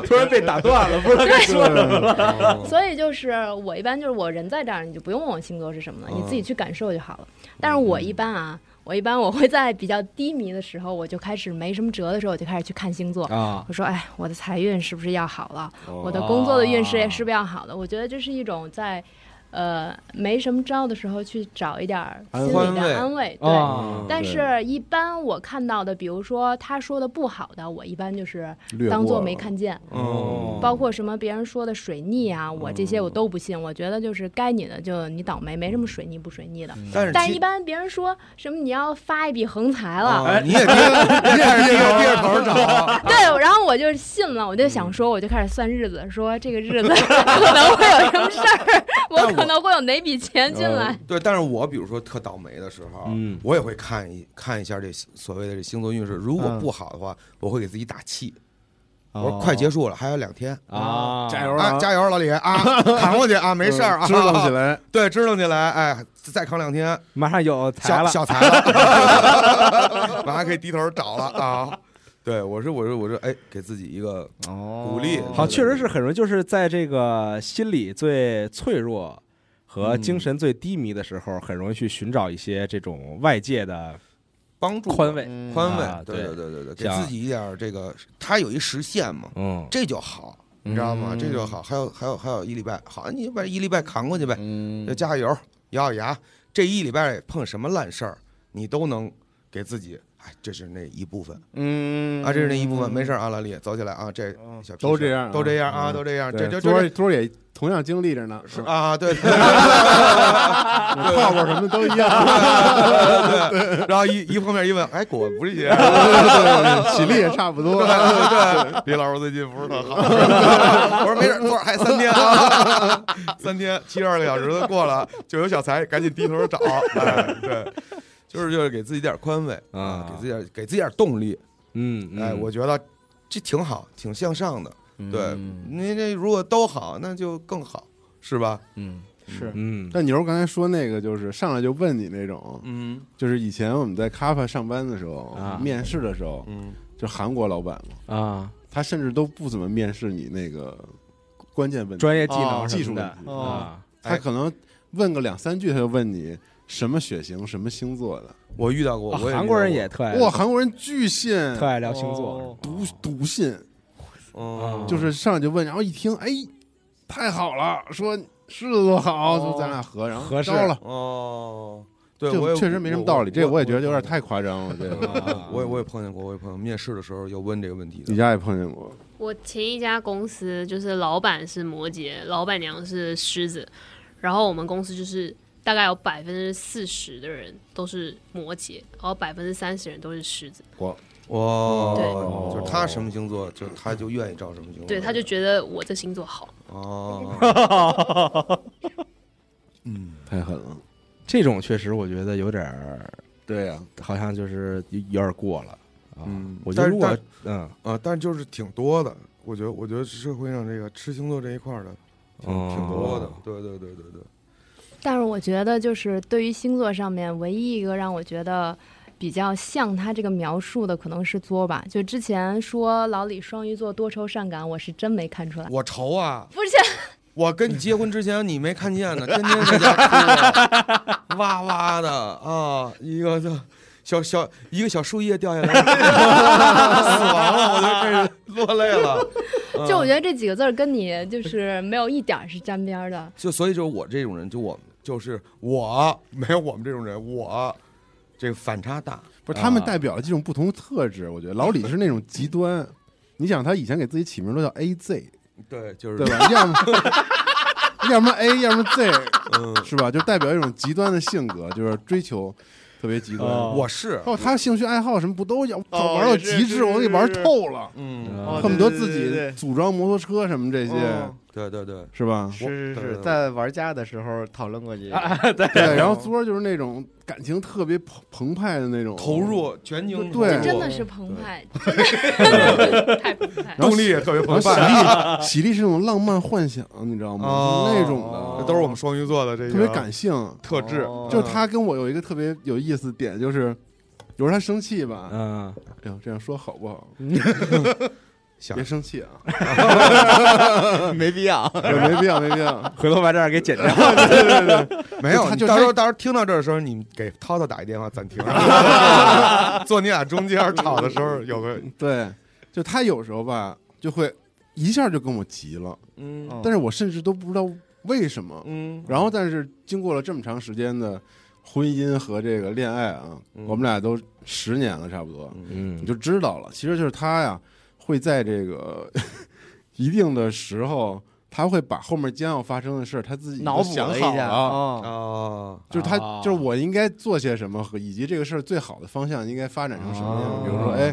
Speaker 3: 突然被打断了，不知道该说什么。
Speaker 9: 所以就是我一般就是我人在这儿，你就不用问我星座是什么了，你自
Speaker 5: 嗯
Speaker 9: 己去感受就好了。但是我一般啊，我一般我会在比较低迷的时候，我就开始没什么辙的时候，我就开始去看星座。
Speaker 3: 啊，
Speaker 9: 我说，哎，我的财运是不是要好了？
Speaker 5: 哦
Speaker 9: 我的工作的运势也是不是要好了？我觉得这是一种在，呃，没什么招的时候去找一点儿心
Speaker 4: 安
Speaker 9: 理
Speaker 4: 慰
Speaker 9: 的安慰。对，
Speaker 3: 啊，
Speaker 9: 但
Speaker 5: 哦对
Speaker 9: 是，一般我看到的，比如说他说的不好的，我一般就是
Speaker 5: 略
Speaker 9: 当
Speaker 5: 过
Speaker 9: 做
Speaker 5: 了
Speaker 9: 没看见。
Speaker 4: 哦
Speaker 9: 包括什么别人说的水逆啊，我这
Speaker 4: 嗯
Speaker 9: 些我都不信。我觉得就是该你的就你倒霉，没什么水逆不水逆的。
Speaker 4: 但是
Speaker 9: 但
Speaker 4: 嗯其
Speaker 9: 一般别人说什么你要发一笔横财了，
Speaker 4: 啊，你也低，你也低着低着头找，
Speaker 9: 对，然后我就信了，我就
Speaker 4: 嗯
Speaker 9: 想说，我就开始算日子，说这个日子 可能会有什么事儿，我
Speaker 4: 但我
Speaker 9: 可能会有哪笔钱进来。
Speaker 4: 嗯对，但是我比如说特倒霉的时候，
Speaker 3: 嗯
Speaker 4: 我也会看一看一下这所谓的这星座运势，如果
Speaker 8: 嗯
Speaker 4: 不好的话，我会给自己打气，
Speaker 8: 哦
Speaker 4: 我说快结束了，还有两天。
Speaker 3: 啊，嗯
Speaker 5: 加油
Speaker 4: 啊，
Speaker 5: 啊，
Speaker 4: 加油，老李啊，扛过去啊，没事儿啊，
Speaker 5: 支棱起，来，
Speaker 4: 对，支棱起来，哎，再扛两天，
Speaker 3: 马上有财
Speaker 4: 小
Speaker 3: 了，
Speaker 4: 小财了， 马上可以低头找了啊。对，我是我是我是，哎，给自己一个
Speaker 8: 哦
Speaker 4: 鼓励
Speaker 3: 好，确实是很容易，就是在这个心理最脆弱
Speaker 4: 嗯
Speaker 3: 和精神最低迷的时候，很容易去寻找一些这种外界的
Speaker 4: 帮助，
Speaker 3: 宽慰。
Speaker 8: 嗯
Speaker 4: 宽
Speaker 3: 啊
Speaker 4: 慰，对
Speaker 3: 对
Speaker 4: 对对对对，给
Speaker 3: 像
Speaker 4: 自己一点儿这个，它有一时限嘛，
Speaker 3: 嗯，
Speaker 4: 这就好，你知道吗？这就好。还有还有还有一礼拜，好，你把一礼拜扛过去呗，
Speaker 8: 嗯
Speaker 4: 就加加油，咬咬牙。这一礼拜碰什么烂事儿，你都能给自己，哎，这是那一部分
Speaker 8: 嗯
Speaker 4: 啊，这是那一部分，没事儿啊，老李，走起来啊，这小屁事
Speaker 5: 都这样啊
Speaker 4: 都这样啊，
Speaker 5: 嗯
Speaker 4: 都这样，这
Speaker 5: 对，
Speaker 4: 就
Speaker 5: 昨
Speaker 4: 就
Speaker 5: 儿
Speaker 4: 是
Speaker 5: 昨儿也同样经历着呢，
Speaker 4: 是
Speaker 5: 嗯
Speaker 4: 啊，对， 对对
Speaker 5: 泡泡什么都一样，
Speaker 4: 对，然后一一碰面一问，哎，果不是一 样。
Speaker 5: 对，体力也差不多，
Speaker 4: 对 对，李老师最近不是特好。 我说没事儿，昨儿还三天啊， 三天七十二个小时都过了，就有小财，赶紧低头找。哎，对，就是就是给自己点儿宽慰
Speaker 3: 啊
Speaker 4: 给自己点儿给自己点儿动力。
Speaker 3: 嗯，嗯
Speaker 4: 哎，我觉得这挺好，挺向上的。对，
Speaker 8: 嗯
Speaker 4: 你这如果都好，那就更好，是吧？
Speaker 8: 嗯
Speaker 5: 是。
Speaker 3: 嗯，
Speaker 5: 但牛刚才说那个就是上来就问你那种，
Speaker 4: 嗯
Speaker 5: 就是以前我们在卡帕上班的时候，
Speaker 3: 啊
Speaker 5: 面试的时候，
Speaker 4: 嗯，
Speaker 5: 就韩国老板嘛，
Speaker 3: 啊，
Speaker 5: 他甚至都不怎么面试你那个关键问题，
Speaker 3: 专业技能
Speaker 5: 哦
Speaker 3: 什
Speaker 5: 技术
Speaker 3: 么
Speaker 5: 问
Speaker 3: 的
Speaker 5: 题
Speaker 3: 啊，
Speaker 5: 他可能问个两三句，他就问你什么血型、什么星座的。
Speaker 4: 我遇到过，
Speaker 3: 啊
Speaker 4: 我哦
Speaker 3: 韩国人也特爱
Speaker 5: 哇，韩国人巨信，
Speaker 3: 特爱聊星
Speaker 8: 哦
Speaker 3: 座，
Speaker 5: 笃笃信，
Speaker 3: 啊
Speaker 4: 嗯，
Speaker 5: 就是上来就问，然后一听，哎，太好了，说狮子座好，就咱俩合，然后
Speaker 3: 哦合适
Speaker 5: 招了。
Speaker 4: 哦，对，我
Speaker 5: 这
Speaker 4: 也
Speaker 5: 确实没什么道理，这我也觉得有点
Speaker 4: 太。
Speaker 5: 太夸张了。这个
Speaker 3: 啊
Speaker 4: 我也我也碰见过，我也碰见面试的时候有问这个问题
Speaker 5: 你
Speaker 4: 的。
Speaker 5: 家也碰见过，
Speaker 7: 我前一家公司就是老板是摩羯，老板娘是狮子，然后我们公司就是大概有百分之四十的人都是摩羯，然后百分之三十人都是狮子。
Speaker 4: 哇，
Speaker 3: 哦
Speaker 5: 对
Speaker 4: 就是他什么星座，就他就愿意照什么星座。
Speaker 7: 对，他就觉得我这星座好。
Speaker 4: 哦，
Speaker 5: 太狠了。
Speaker 3: 这种确实我觉得有点儿
Speaker 5: 对呀，
Speaker 3: 好像就是有有点过了啊
Speaker 4: 嗯
Speaker 3: 我觉得如
Speaker 4: 但
Speaker 3: 果
Speaker 4: 是
Speaker 3: 嗯
Speaker 4: 啊，但就是挺多的。我觉得，我觉得社会上这个吃星座这一块儿的挺挺多的
Speaker 3: 哦。
Speaker 4: 对对对对对，
Speaker 9: 但是我觉得，就是对于星座上面唯一一个让我觉得比较像他这个描述的，可能是作吧。就之前说老李双鱼座多愁善感，我是真没看出来。
Speaker 4: 我愁啊！
Speaker 9: 不是，
Speaker 4: 我跟你结婚之前，你没看见呢，天天在家哭啊，哇哇的啊，一个小小小一个小树叶掉下来， 死亡了，我就开始落泪了。嗯
Speaker 9: 就我觉得这几个字儿跟你就是没有一点儿是沾边儿的。
Speaker 4: 就所以就是我这种人，就我就是我没有我们这种人，我这个反差大。
Speaker 5: 不是他
Speaker 4: 啊
Speaker 5: 们代表了几种不同的特质。我觉得老李是那种极端，你想他以前给自己起名都叫 A Z，
Speaker 4: 对，就是
Speaker 5: 对吧？要么要么 A，要么 Z，
Speaker 4: 嗯，
Speaker 5: 是吧？就代表一种极端的性格，就是追求特别极端。
Speaker 3: 哦
Speaker 4: 我是
Speaker 5: 包括他兴趣爱好什么不都有？
Speaker 6: 哦
Speaker 5: 玩到
Speaker 6: 也是
Speaker 5: 极致，
Speaker 6: 是
Speaker 5: 我都给玩
Speaker 6: 是是
Speaker 5: 透了，
Speaker 4: 嗯，
Speaker 6: 哦
Speaker 5: 恨不得
Speaker 6: 对
Speaker 5: 自
Speaker 6: 对对
Speaker 5: 己
Speaker 6: 对
Speaker 5: 组装摩托车什么这些
Speaker 6: 哦，
Speaker 4: 对对对，
Speaker 5: 是吧？
Speaker 8: 是是
Speaker 4: 对对
Speaker 8: 是，
Speaker 4: 对
Speaker 8: 在玩家的时候讨论过这 个。
Speaker 5: 对，然后昨儿就是那种感情特别澎澎湃的那种
Speaker 4: 投， 入全情投入，
Speaker 5: 对
Speaker 9: 这真的是澎湃，
Speaker 7: 太澎湃。
Speaker 5: 然后
Speaker 4: 动力也特别
Speaker 5: 然后
Speaker 4: 澎
Speaker 5: 喜
Speaker 4: 湃，
Speaker 5: 力喜力是那种浪漫幻想，你知道吗？
Speaker 4: 哦
Speaker 5: 那种
Speaker 4: 这
Speaker 5: 的
Speaker 4: 都是我们双鱼座的这个
Speaker 5: 特别感性，
Speaker 4: 特质嗯
Speaker 8: 哦，
Speaker 5: 就是他跟我有一个特别有意思的点，就是有时候他生气吧，
Speaker 3: 嗯，
Speaker 5: 哎呦，这样说好不好？
Speaker 4: 想
Speaker 5: 别生气啊，
Speaker 8: 啊没必要。
Speaker 5: 没必要，没必要。
Speaker 3: 回头把这儿给剪掉。
Speaker 4: 没有，
Speaker 5: 他
Speaker 4: 你
Speaker 5: 就
Speaker 4: 到
Speaker 5: 他
Speaker 4: 时候到时候听到这儿的时候，你给涛涛打一电 话暂停， 坐你俩中间吵的时候有个
Speaker 5: 对，就他有时候吧，就会一下就跟我急了，
Speaker 4: 嗯
Speaker 5: 但是我甚至都不知道为什么。
Speaker 4: 嗯
Speaker 5: 然后，但是经过了这么长时间的婚姻和这个恋爱啊，
Speaker 4: 嗯
Speaker 5: 我们俩都十年了，差不多，
Speaker 3: 嗯
Speaker 5: 你就知道了。其实就是他呀，会在这个 一定的时候，他会把后面将要发生的事儿，他自己都
Speaker 8: 脑补
Speaker 5: 想
Speaker 8: 了一
Speaker 5: 好
Speaker 8: 下
Speaker 5: 了。
Speaker 8: 啊，
Speaker 4: 啊
Speaker 5: 就是他，
Speaker 3: 啊
Speaker 5: 就是我应该做些什么，和以及这个事儿最好的方向应该发展成什么样。比如说，
Speaker 8: 啊
Speaker 5: 哎，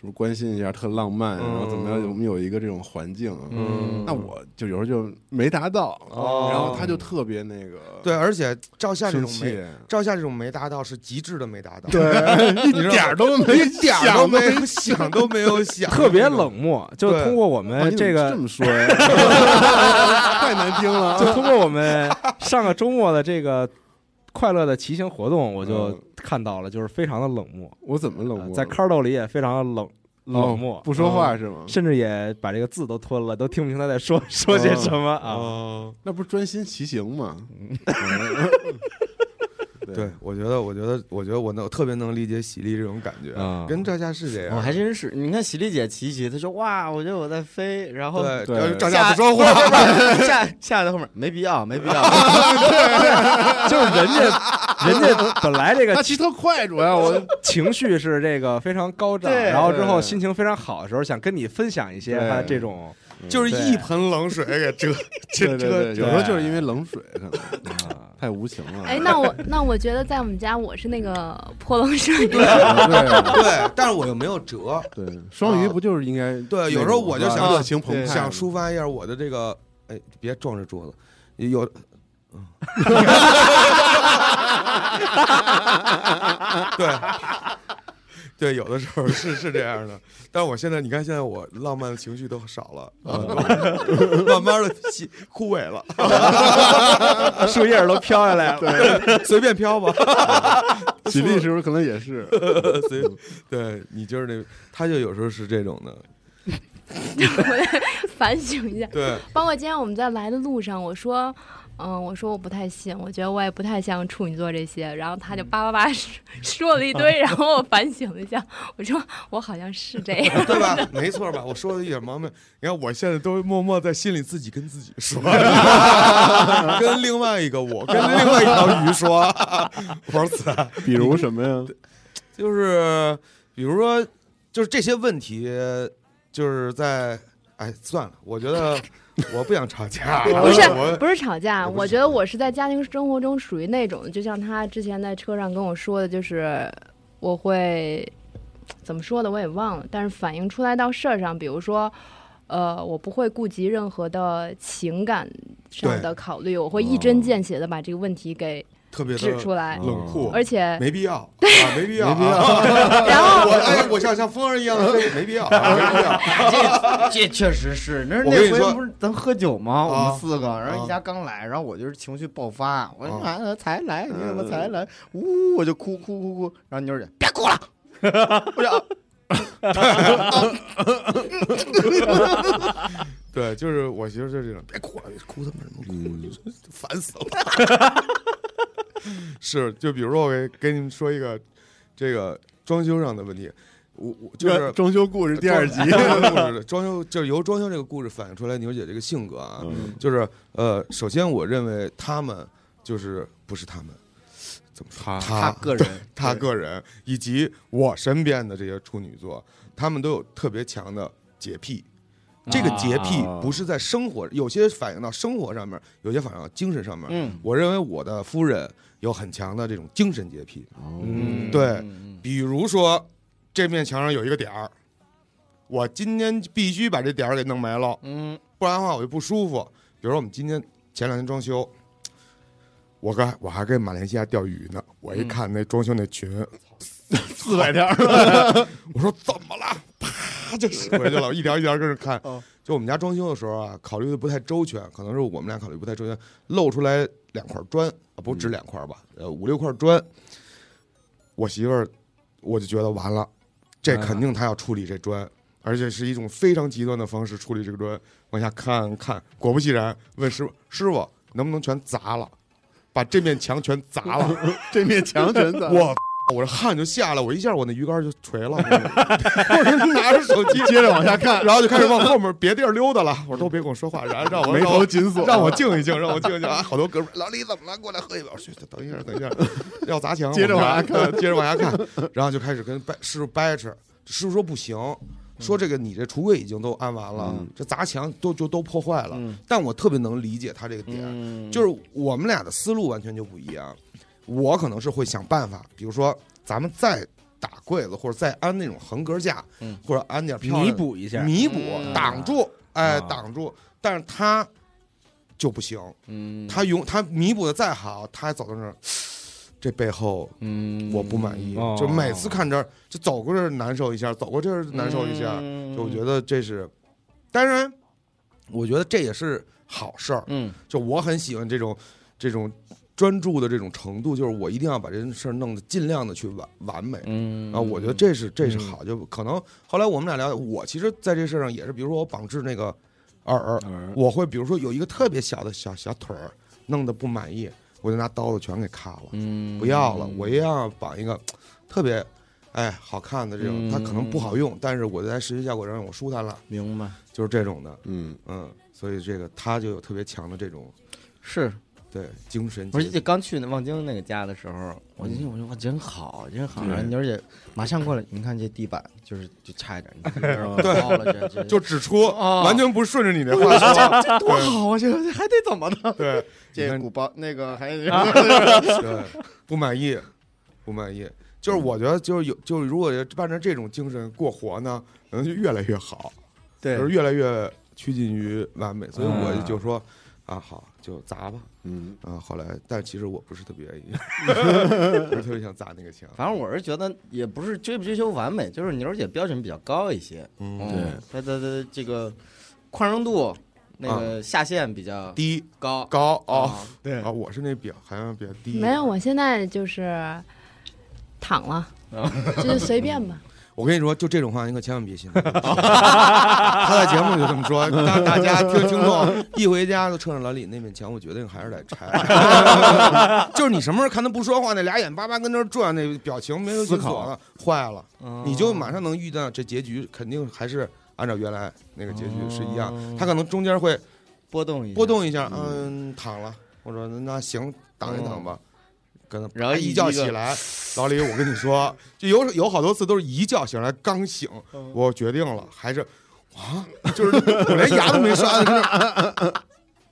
Speaker 5: 什么关心一下，特浪漫，然后怎么样？
Speaker 4: 哦嗯
Speaker 5: 我们有一个这种环境，啊
Speaker 4: 嗯
Speaker 5: 那我就有时候就没达到，
Speaker 4: 哦
Speaker 5: 然后他就特别那个，
Speaker 4: 对，而且赵夏这
Speaker 5: 生
Speaker 4: 种没
Speaker 5: 气，
Speaker 4: 赵夏这种没达到是极致的没达 到，
Speaker 5: 对，一
Speaker 4: 你知道吗
Speaker 5: 点儿都没
Speaker 4: 一点儿都没有想都没有想，
Speaker 3: 特别冷漠，就
Speaker 4: 对
Speaker 3: 通过我
Speaker 4: 哎
Speaker 5: 啊
Speaker 3: 们
Speaker 5: 你怎
Speaker 3: 这
Speaker 5: 么这
Speaker 3: 个，
Speaker 5: 么说呀， 哎太难听了
Speaker 3: 就
Speaker 5: 啊。
Speaker 3: 通过我们上个周末的这个快乐的骑行活动，我就看到了，就是非常的冷漠，
Speaker 5: 嗯我怎么冷漠
Speaker 3: 呃
Speaker 5: 了？
Speaker 3: 在 Cardo 里也非常的冷冷
Speaker 5: 哦
Speaker 3: 漠，
Speaker 5: 不说话是吗？
Speaker 3: 甚至也把这个字都吞了，都听不清他在
Speaker 5: 嗯
Speaker 3: 说说些什么
Speaker 5: 哦
Speaker 3: 啊。
Speaker 4: 啊。
Speaker 5: 那不是专心骑行 吗？
Speaker 4: 对，我觉得，我觉得，我觉得我能我特别能理解喜力这种感觉，
Speaker 3: 啊
Speaker 4: 跟赵夏是这样。
Speaker 8: 我哦还真是。你看喜力姐骑一骑，她说哇，我觉得我在飞，然 后
Speaker 4: 对，
Speaker 5: 对
Speaker 4: 然后赵夏
Speaker 8: 下
Speaker 4: 不说话，
Speaker 8: 下下在后面没必要，没必 要。
Speaker 3: 就是人 家人家本来这个
Speaker 5: 他骑特快，主要我
Speaker 3: 情绪是这个非常高涨，
Speaker 8: 对
Speaker 3: 然后之后
Speaker 5: 对
Speaker 3: 心情非常好的时候，想跟你分享一些
Speaker 5: 对
Speaker 3: 他这种
Speaker 4: 就是一盆冷水给遮遮
Speaker 5: 对
Speaker 4: 遮
Speaker 5: 对对，
Speaker 4: 遮
Speaker 5: 有时候就是因为冷水，可能
Speaker 3: 啊
Speaker 5: 太无情了。
Speaker 9: 哎，那我那我觉得在我们家我是那个泼冷水的，
Speaker 5: 对
Speaker 4: 对，但是我又没有辙，
Speaker 5: 对，双鱼不就是应该
Speaker 4: 对有时候我就想
Speaker 5: 热情澎湃，
Speaker 4: 想抒发一下我的这个，哎，别撞着桌子，有， 嗯对，对，有的时候是是这样的，但是我现在你看，现在我浪漫的情绪都少了，
Speaker 5: 嗯
Speaker 4: 慢慢的枯萎了，
Speaker 3: 呃树叶儿都飘下来了。
Speaker 4: 随便飘吧。
Speaker 5: 喜力是不是可能也是？
Speaker 4: 随，对你就是那，他就有时候是这种的，
Speaker 9: 反省一下。
Speaker 4: 对，
Speaker 9: 包括今天我们在来的路上，我说，嗯、我说我不太信，我觉得我也不太像处女座这些。然后他就叭叭叭说了一堆，然后我反省了一下，我说我好像是这样。
Speaker 4: 对吧？没错吧？我说的一点毛病，你看我现在都默默在心里自己跟自己说， 跟另外一个我，跟另外一条鱼说， 我说子，
Speaker 5: 比如什么呀？
Speaker 4: 就是比如说，就是这些问题，就是在哎算了，我觉得我不想吵架，
Speaker 9: 不是
Speaker 4: 我
Speaker 9: 不是吵
Speaker 4: 也
Speaker 9: 架，
Speaker 4: 不是
Speaker 9: 我觉得我是在家庭生活中属于那种，就像他之前在车上跟我说的，就是我会怎么说的我也忘了，但是反映出来到事儿上，比如说。呃，我不会顾及任何的情感上的考虑，我会一针见血的把这个问题给
Speaker 4: 特别
Speaker 9: 指出
Speaker 4: 的
Speaker 9: 来，
Speaker 5: 冷
Speaker 4: 冷
Speaker 5: 酷
Speaker 4: 酷，
Speaker 9: 而且
Speaker 4: 没必要啊，嗯没必要啊。
Speaker 9: 然后
Speaker 4: 我哎，我像像风儿一样，没必要啊，没必要。
Speaker 8: 这这确实是，那
Speaker 4: 我跟
Speaker 8: 那
Speaker 4: 你说
Speaker 8: 回不是咱喝酒吗？我
Speaker 4: 啊
Speaker 8: 们四个，然后一家刚来，然后我就是情绪爆发，我说
Speaker 4: 啊
Speaker 8: 啊才来，你怎么才来？呜，我就哭哭哭哭，然后妞儿姐别哭了，我说
Speaker 4: 对，就是我媳妇儿就是这种，别哭了，别哭他妈什么哭， 烦死了。 是，就比如说我给给你们说一个这个装修上的问题，我我 就是
Speaker 5: 装修故事第二集，
Speaker 4: 装修这个故事装修就是由装修这个故事反映出来牛姐这个性格啊，
Speaker 5: 嗯
Speaker 4: 就是呃，首先我认为他们就是不是他们，怎么说
Speaker 5: 啊他
Speaker 4: 他
Speaker 8: 个人，
Speaker 4: 他个人以及我身边的这些处女座，他们都有特别强的洁癖。这个洁癖不是在生活，有些反映到生活上面，有些反映到精神上面。
Speaker 8: 嗯
Speaker 4: 我认为我的夫人有很强的这种精神洁癖，
Speaker 3: 嗯
Speaker 4: 对，比如说这面墙上有一个点儿，我今天必须把这点儿给弄没了，
Speaker 8: 嗯，
Speaker 4: 不然的话我就不舒服。比如说我们今天前两天装修，我刚我还跟马来西亚钓鱼呢，我一看那装修那群，
Speaker 5: 四百条，
Speaker 4: 我说怎么了？啪就使回去了，一条一条跟着看
Speaker 8: 哦。
Speaker 4: 就我们家装修的时候啊，考虑的不太周全，可能是我们俩考虑不太周全，露出来两块砖啊，不止两块吧，呃五六块砖。我媳妇儿，我就觉得完了，这肯定她要处理这砖，而且是一种非常极端的方式处理这个砖。往下看看，果不其然，问师傅：“师傅能不能全砸了？把这面墙全砸了？”
Speaker 5: 这面墙全在
Speaker 4: 我我这汗就下来，我一下我那鱼竿就垂了，我就拿着手机接着往下看，然后就开始往后面别地儿溜达了。我说都别跟我说话，然后让我
Speaker 5: 眉
Speaker 4: 让
Speaker 5: 头
Speaker 4: 我
Speaker 5: 紧锁，
Speaker 4: 让我静一静，让我静一静啊！好多哥们儿，老李怎么了？过来喝一杯。我说等一下，等一下，要砸墙，
Speaker 5: 接着往下
Speaker 4: 看，接着往下看，然后就开始跟掰师傅掰扯。师傅说不行，说这个你这橱柜已经都安完了，这砸墙都就都破坏了。但我特别能理解他这个点，就是我们俩的思路完全就不一样。我可能是会想办法，比如说咱们再打柜子，或者再安那种横格架，
Speaker 8: 嗯
Speaker 4: 或者安点漂亮
Speaker 3: 弥
Speaker 4: 的
Speaker 3: 补一下，
Speaker 4: 弥补
Speaker 8: 嗯
Speaker 4: 挡住，哎，
Speaker 3: 啊
Speaker 4: 挡住，但是他就不行，
Speaker 8: 嗯，
Speaker 4: 他永他弥补的再好，他还走到那儿，这背后
Speaker 8: 嗯
Speaker 4: 我不满意，
Speaker 3: 哦
Speaker 4: 就每次看这儿就走过这儿难受一下，走过这儿难受一下，
Speaker 8: 嗯
Speaker 4: 就我觉得这是，当然，我觉得这也是好事儿，
Speaker 8: 嗯
Speaker 4: 就我很喜欢这种这种。专注的这种程度，就是我一定要把这件事儿弄得尽量的去完完美，
Speaker 8: 嗯
Speaker 4: 啊，我觉得这是这是好，就可能后来我们俩聊，我其实在这事儿上也是，比如说我绑制那个耳，我会比如说有一个特别小的小小腿儿弄得不满意，我就拿刀子全给咔了，
Speaker 8: 嗯
Speaker 4: 不要了，我一定要绑一个特别哎好看的这种，它可能不
Speaker 8: 嗯
Speaker 4: 好用，但是我在实际效果上我舒坦了，
Speaker 8: 明白
Speaker 4: 就是这种的，
Speaker 5: 嗯，
Speaker 4: 嗯，所以这个他就有特别强的这种
Speaker 8: 是
Speaker 4: 对精神洁
Speaker 8: 不是，
Speaker 4: 癖，
Speaker 8: 就刚去那望京那个家的时候，我进去
Speaker 4: 嗯
Speaker 8: 我说哇，真好，真好。然后妞儿姐马上过来，你看这地板就是就差一点，你看这儿高了，这 这
Speaker 4: 就指出
Speaker 8: 啊
Speaker 4: 完全不顺着你那话说，
Speaker 8: 这多好啊，这这还得怎么呢？
Speaker 4: 对，你
Speaker 8: 这
Speaker 4: 看
Speaker 8: 鼓包那个还
Speaker 4: 啊 对，不满意，不满意。就是我觉得，就是有，就是如果按照这种精神过活呢，可能就越来越好，
Speaker 8: 对
Speaker 4: 就是越来越趋近于完美。所以我就说，啊，好，就砸吧。
Speaker 5: 嗯，
Speaker 4: 啊，后来，但其实我不是特别愿意，不是特别想砸那个墙。
Speaker 8: 反正我是觉得也不是追不追求完美，就是妞儿姐标准比较高一些，
Speaker 4: 嗯
Speaker 8: 嗯，她的的这个宽容度那个下限比较
Speaker 4: 啊低
Speaker 8: 高。
Speaker 4: 高哦
Speaker 8: 啊，
Speaker 5: 对
Speaker 4: 啊，我是那表好像比较低。
Speaker 9: 没有，我现在就是躺了，
Speaker 4: 嗯
Speaker 9: 就是随便吧。
Speaker 4: 我跟你说，就这种话你可千万别信。他在节目里就这么说，让大家听听众一回家就冲着老李那面墙，我决定还是得拆。就是你什么时候看他不说话，那俩眼巴巴跟那儿转，那表情没有思考了，坏了，你就马上能遇到这结局，肯定还是按照原来那个结局是一样。他可能中间会
Speaker 8: 波动一下
Speaker 4: 波，动一下，嗯，躺了。我说那行，躺一躺吧。跟他
Speaker 8: 嗯
Speaker 4: 哎
Speaker 8: 然后
Speaker 4: 一
Speaker 8: 一
Speaker 4: 觉
Speaker 8: 一个
Speaker 4: 起来，老李，我跟你说，就有有好多次都是一觉醒来刚醒，
Speaker 8: 嗯
Speaker 4: 我决定了，还是啊，就是我连牙都没刷，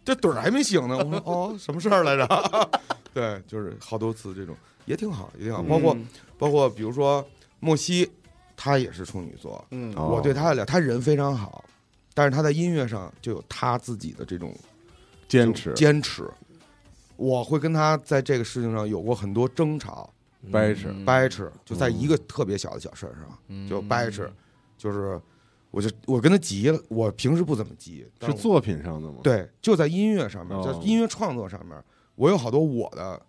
Speaker 4: 就这 这盹儿还没醒呢。我说哦，什么事儿来着？ 对，就是好多次这种也挺好，也挺好。包括
Speaker 8: 嗯
Speaker 4: 包括比如说莫西，他也是处女座，
Speaker 8: 嗯
Speaker 5: 哦
Speaker 4: 我对他的了，他人非常好，但是他在音乐上就有他自己的这种
Speaker 5: 坚持，
Speaker 4: 坚持。我会跟他在这个事情上有过很多争吵、
Speaker 5: 掰扯，
Speaker 8: 嗯
Speaker 4: 掰扯，
Speaker 5: 嗯
Speaker 4: 就在一个特别小的小事儿上就掰扯，就是我就我跟他急了，我平时不怎么急，但
Speaker 5: 是
Speaker 4: 我
Speaker 5: 作品上的吗？，
Speaker 4: 对，就在音乐上面，在
Speaker 5: 哦
Speaker 4: 音乐创作上面，我有好多我的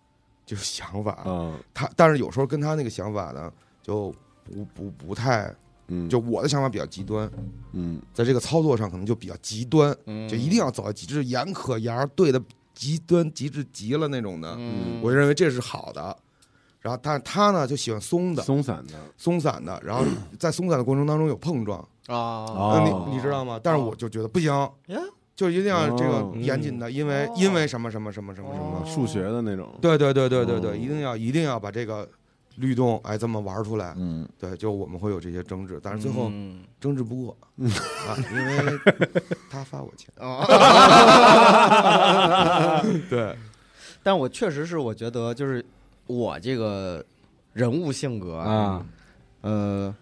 Speaker 4: 就是想法，
Speaker 5: 啊，
Speaker 4: 他但是有时候跟他那个想法呢就不不不太，
Speaker 5: 嗯，
Speaker 4: 就我的想法比较极端，
Speaker 5: 嗯
Speaker 4: 在这个操作上可能就比较极端，就一定要走到极致，严可严儿对的极端极致极了那种的，
Speaker 8: 嗯
Speaker 4: 我就认为这是好的。然后，但是他呢就喜欢松的、
Speaker 5: 松散的，
Speaker 4: 松散的，然后在松散的过程当中有碰撞，
Speaker 6: 啊，
Speaker 4: 那
Speaker 5: 哦，
Speaker 4: 你你知道吗？但是我就觉得不行
Speaker 6: 呀，
Speaker 4: 就一定要这个
Speaker 5: 哦
Speaker 4: 严谨的，因为
Speaker 6: 哦
Speaker 4: 因为什么什么什么什么什么，
Speaker 5: 啊数学的那种，
Speaker 4: 哦对对对对对
Speaker 5: 哦
Speaker 4: 对，一定要一定要把这个律动哎这么玩出来。
Speaker 6: 嗯，
Speaker 4: 对，就我们会有这些争执，但是最后
Speaker 8: 嗯
Speaker 4: 争执不过啊，因为他发我钱。
Speaker 8: 哦
Speaker 4: 对，
Speaker 8: 但我确实是，我觉得就是我这个人物性格，
Speaker 3: 啊，
Speaker 8: 呃，